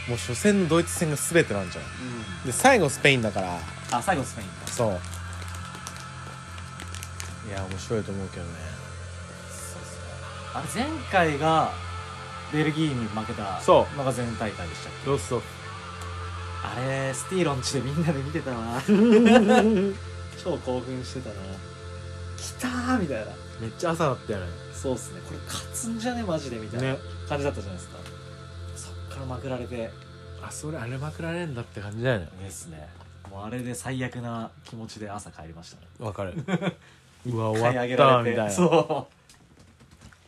A: もう初戦のドイツ戦が全てなんじゃん
B: う
A: で最後スペインだから
B: んあ最後スペイン
A: そういや面白いと思うけどね
B: あれ前回がベルギーに負けた
A: そう
B: のが前大会でしたっけ
A: ロスト
B: あれスティーロンチでみんなで見てた な超興奮してたな来たーみたいな
A: めっちゃ朝だったよね
B: そうっすねこれ勝つんじゃねマジでみたいな
A: ね
B: 感じだったじゃないですか、そっからまくられて
A: あそれあれまくられんだって感じだよね
B: ですねもうあれで最悪な気持ちで朝帰りましたね
A: わかるうわ終
B: 買い
A: わ
B: 上
A: っ
B: げ
A: た
B: ら
A: み
B: れ
A: た
B: て
A: いな
B: そ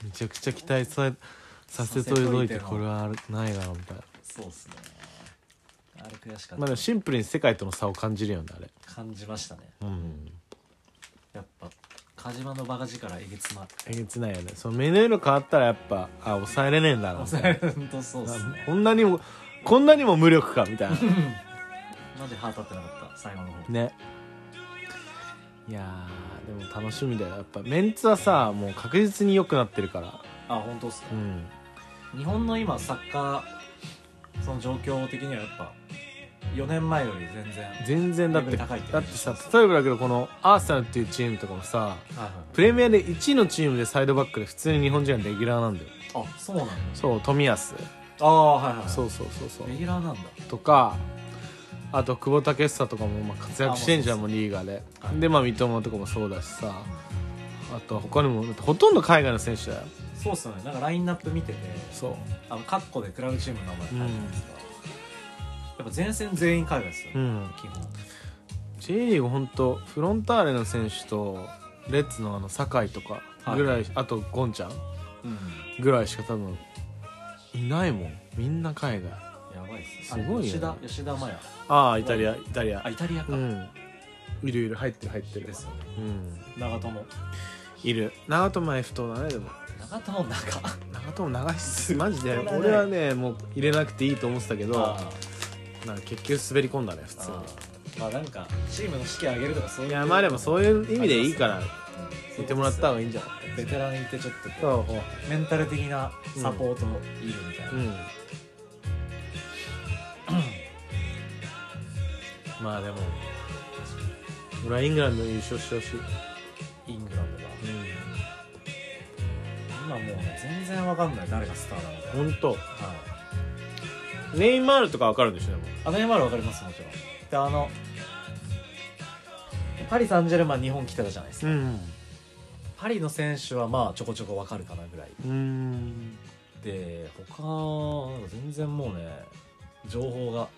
A: めちゃくちゃ期待ささせといといてこれはないだろうみたいな
B: うそうっすねあれ悔しかっ
A: まあ
B: た
A: でもシンプルに世界との差を感じるよねあれ
B: 感じましたね
A: うん
B: やっぱ鹿島のバカ力えげつま
A: えげつないよねそのメニュー色変わったらやっぱあ抑えれねえんだろう
B: 本当そうっす
A: な
B: ね
A: こんなにもこんなにも無力かみ たいな
B: なんで歯立ってなかった最後の方
A: ねいやーでも楽しみだよやっぱメンツはさもう確実に良くなってるから
B: あ本当っすか
A: うん
B: 日本の今サッカーその状況的にはやっぱ4年前より全然
A: 全然だって
B: レベル高いってね
A: だってさ例えばだけどこのアーサナルっていうチームとかもさプレミアで1位のチームでサイドバックで普通に日本人がレギュラーなんだよ
B: あそうなんだ
A: そう冨安
B: ああはいはい
A: そううそうそうそう
B: レギュラーなんだ
A: とかあと久保建英とかもまあ活躍してんじゃん
B: あ
A: もうリーガーで、
B: はい
A: でまあ三笘とかもそうだしさあと他にもだってほとんど海外の選手だよ
B: そうっすよねなんかラインナップ見てて
A: そ
B: あのカッコでクラブチームの名前書いてあるじゃないですか、やっぱ前線全員海外ですよ
A: うう
B: ね、
A: ん
B: 基本
A: J リーグほんとフロンターレの選手とレッツのあの酒井とかぐらい、あとゴンちゃん
B: うん
A: ぐらいしか多分いないもんみんな海外
B: やばいっすね
A: すごいよ
B: あ
A: ね
B: 吉田吉田麻也
A: ああイタリアイタリア
B: あイタリアか、
A: うんいるいる入ってる入ってる
B: ですよね
A: うん
B: 長友
A: いる長友は F 等だねでも
B: 長友の中
A: 長友長いっすマジで
B: 長い
A: 俺はねもう入れなくていいと思ってたけど
B: あ
A: なんか結局滑り込んだね普通
B: ーまあなんかチームの士気上げるとかそうい
A: に
B: う
A: い
B: い
A: やまあでもそう
B: う
A: いう意味でいいから
B: 言
A: 言ってもらった方がいいんじゃない
B: ベテランいてちょっとこ
A: そう
B: うメンタル的なサポートいるみたいな、
A: うんまあでも俺はイングランドに優勝してほしい、
B: イングランドが今もうね全然わかんない誰がスターなのか、
A: うん、本当
B: はい
A: ネイマールとかわかるでしょでも
B: あの MR わかりますもちろんであのパリ・サンジェルマン日本来てたじゃないですか、
A: ん
B: パリの選手はまあちょこちょこわかるかなぐらい
A: うん
B: で他全然もうね情報が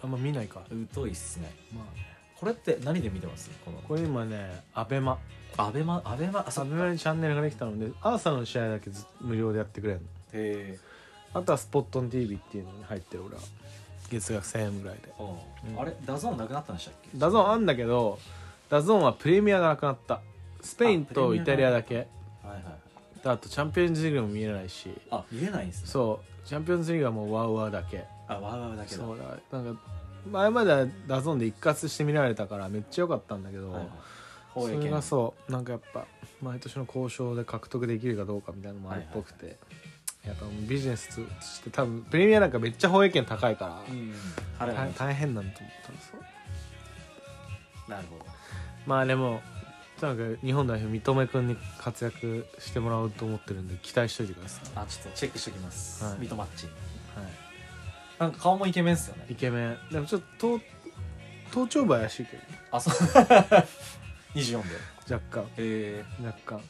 A: あんま見ないか、
B: 疎いっすね
A: まあ、
B: これって何で見てますこの
A: これ今ねアベマ
B: アベマアベマあ
A: ア
B: そ
A: ベマにチャンネルができたのでアーサーの試合だけず無料でやってくれるの
B: へえ
A: あとはスポットン TV っていうのに入ってる俺は月額1000円ぐらいでうん
B: あれダゾーンなくなったんでしたっけ
A: ダゾーンあんだけどダゾーンはプレミアがなくなったスペイン
B: あ
A: と
B: プレミア
A: イタリアだけ
B: はいはいはい
A: であとチャンピオンズリーグも見えないし
B: あ見えないんですね
A: そうチャンピオンズリーグはもうワウワウだけ
B: あわーわーだけど
A: そうだなんか前まではダゾーンで一括して見られたからめっちゃ良かったんだけど、
B: はいはい
A: そ
B: 放映
A: れ
B: 権
A: がそうなんかやっぱ毎年の交渉で獲得できるかどうかみたいなのもあるっぽくて、やっぱもうビジネスとして多分プレミアなんかめっちゃ放映権高いから、
B: うんあれ
A: 大大変なんだと思ったんですよ
B: なるほど
A: まあでもとにかく日本代表三笘君に活躍してもらおうと思ってるんで期待しといてください、
B: あちょっとチェックしておきます、
A: はい
B: ミトマッチ
A: は
B: なんか顔もイケメンっすよね
A: い、イケメンでもちょっと頭頭頂部怪しいけど
B: あそう24で
A: 若干
B: ええ
A: 若干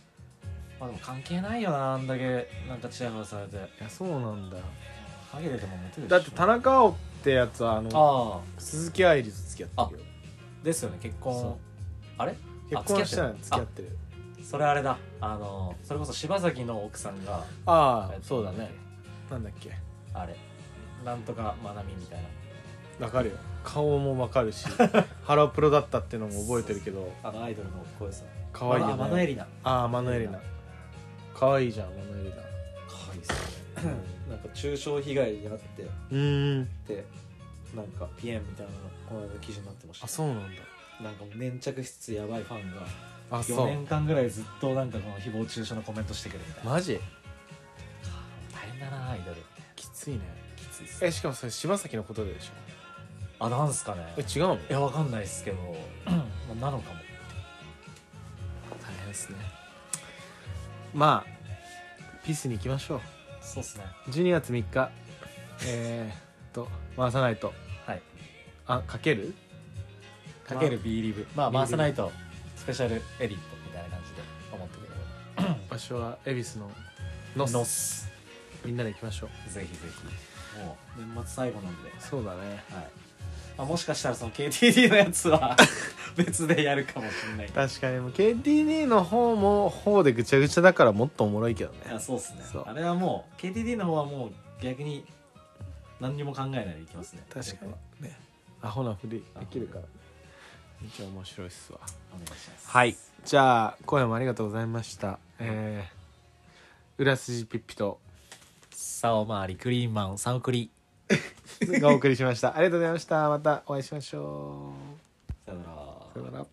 B: まあでも関係ないよなあんだけなんかチヤホヤされて
A: いやそうなんだよ
B: ハゲででもモテるでし
A: だ
B: ょ
A: って田中碧ってやつはあの
B: ああ
A: 鈴木愛理と付き合ってるよ
B: ですよね結婚
A: そ
B: あれあ
A: 結婚はしてない
B: 付
A: 付
B: き
A: き
B: 合
A: 合
B: っ
A: ってる
B: それあれだあのそれこそ柴崎の奥さんが
A: あ
B: えっ
A: あ
B: と
A: そうだねなんだっけ
B: あれなんとかまなみみたいな
A: わかるよ顔もわかるしハロプロだったってのも覚えてるけど
B: あのアイドルの声さん
A: 可愛いよ
B: マナエ
A: ね
B: リナ
A: ああマノエリナ可愛いじゃんマノエリナ
B: 可愛いっすね なんか中傷被害になって
A: うーん
B: でなんかピエンみたいなのがこの間記事になってました
A: あそうなんだ
B: なんかもう粘着質やばいファンが
A: あ
B: 4
A: そう
B: 年間ぐらいずっとなんかこの誹謗中傷のコメントしてくるみたいな
A: マジ
B: 大変だなアイドルって
A: きついね
B: きついっす
A: えしかもそれ柴崎のことでしょ
B: あなんすかね
A: え違うの
B: いやわかんないっすけど まあなのかも
A: 大変ですねまあピースに行きましょ
B: そうっすね
A: う12月3日 えー、っと回さないと
B: はい
A: あかける
B: かける B リーブまあ
A: ビーリブ
B: 回さないとスペシャルエディットみたいな感じで思ってくれれ
A: 場所は恵比寿の
B: ば
A: ノス
B: ノス
A: みんなで行きましょう
B: ぜひぜひもう年末最後なんで
A: そうだね
B: はいまあ、もしかしたらその KTD のやつは 別でやるかもしれないけど
A: 確かにもう KTD の方も方でぐちゃぐちゃだからもっとおもろいけどね
B: いやそうっすね
A: そう
B: あれはもう KTD の方はもう逆に何にも考えないでいきますね
A: 確か
B: 僕
A: に
B: は
A: ねアホなふり
B: アホ
A: できるからめっちゃ面白いっすわ
B: お願いします
A: はいじゃあ今夜もありがとうございましたえー、裏筋ピッピと
B: さあおまわりクリーンマンサウクリ
A: がお送りしました。ありがとうございました。またお会いしましょ
J: さよなら
A: う。さよなら。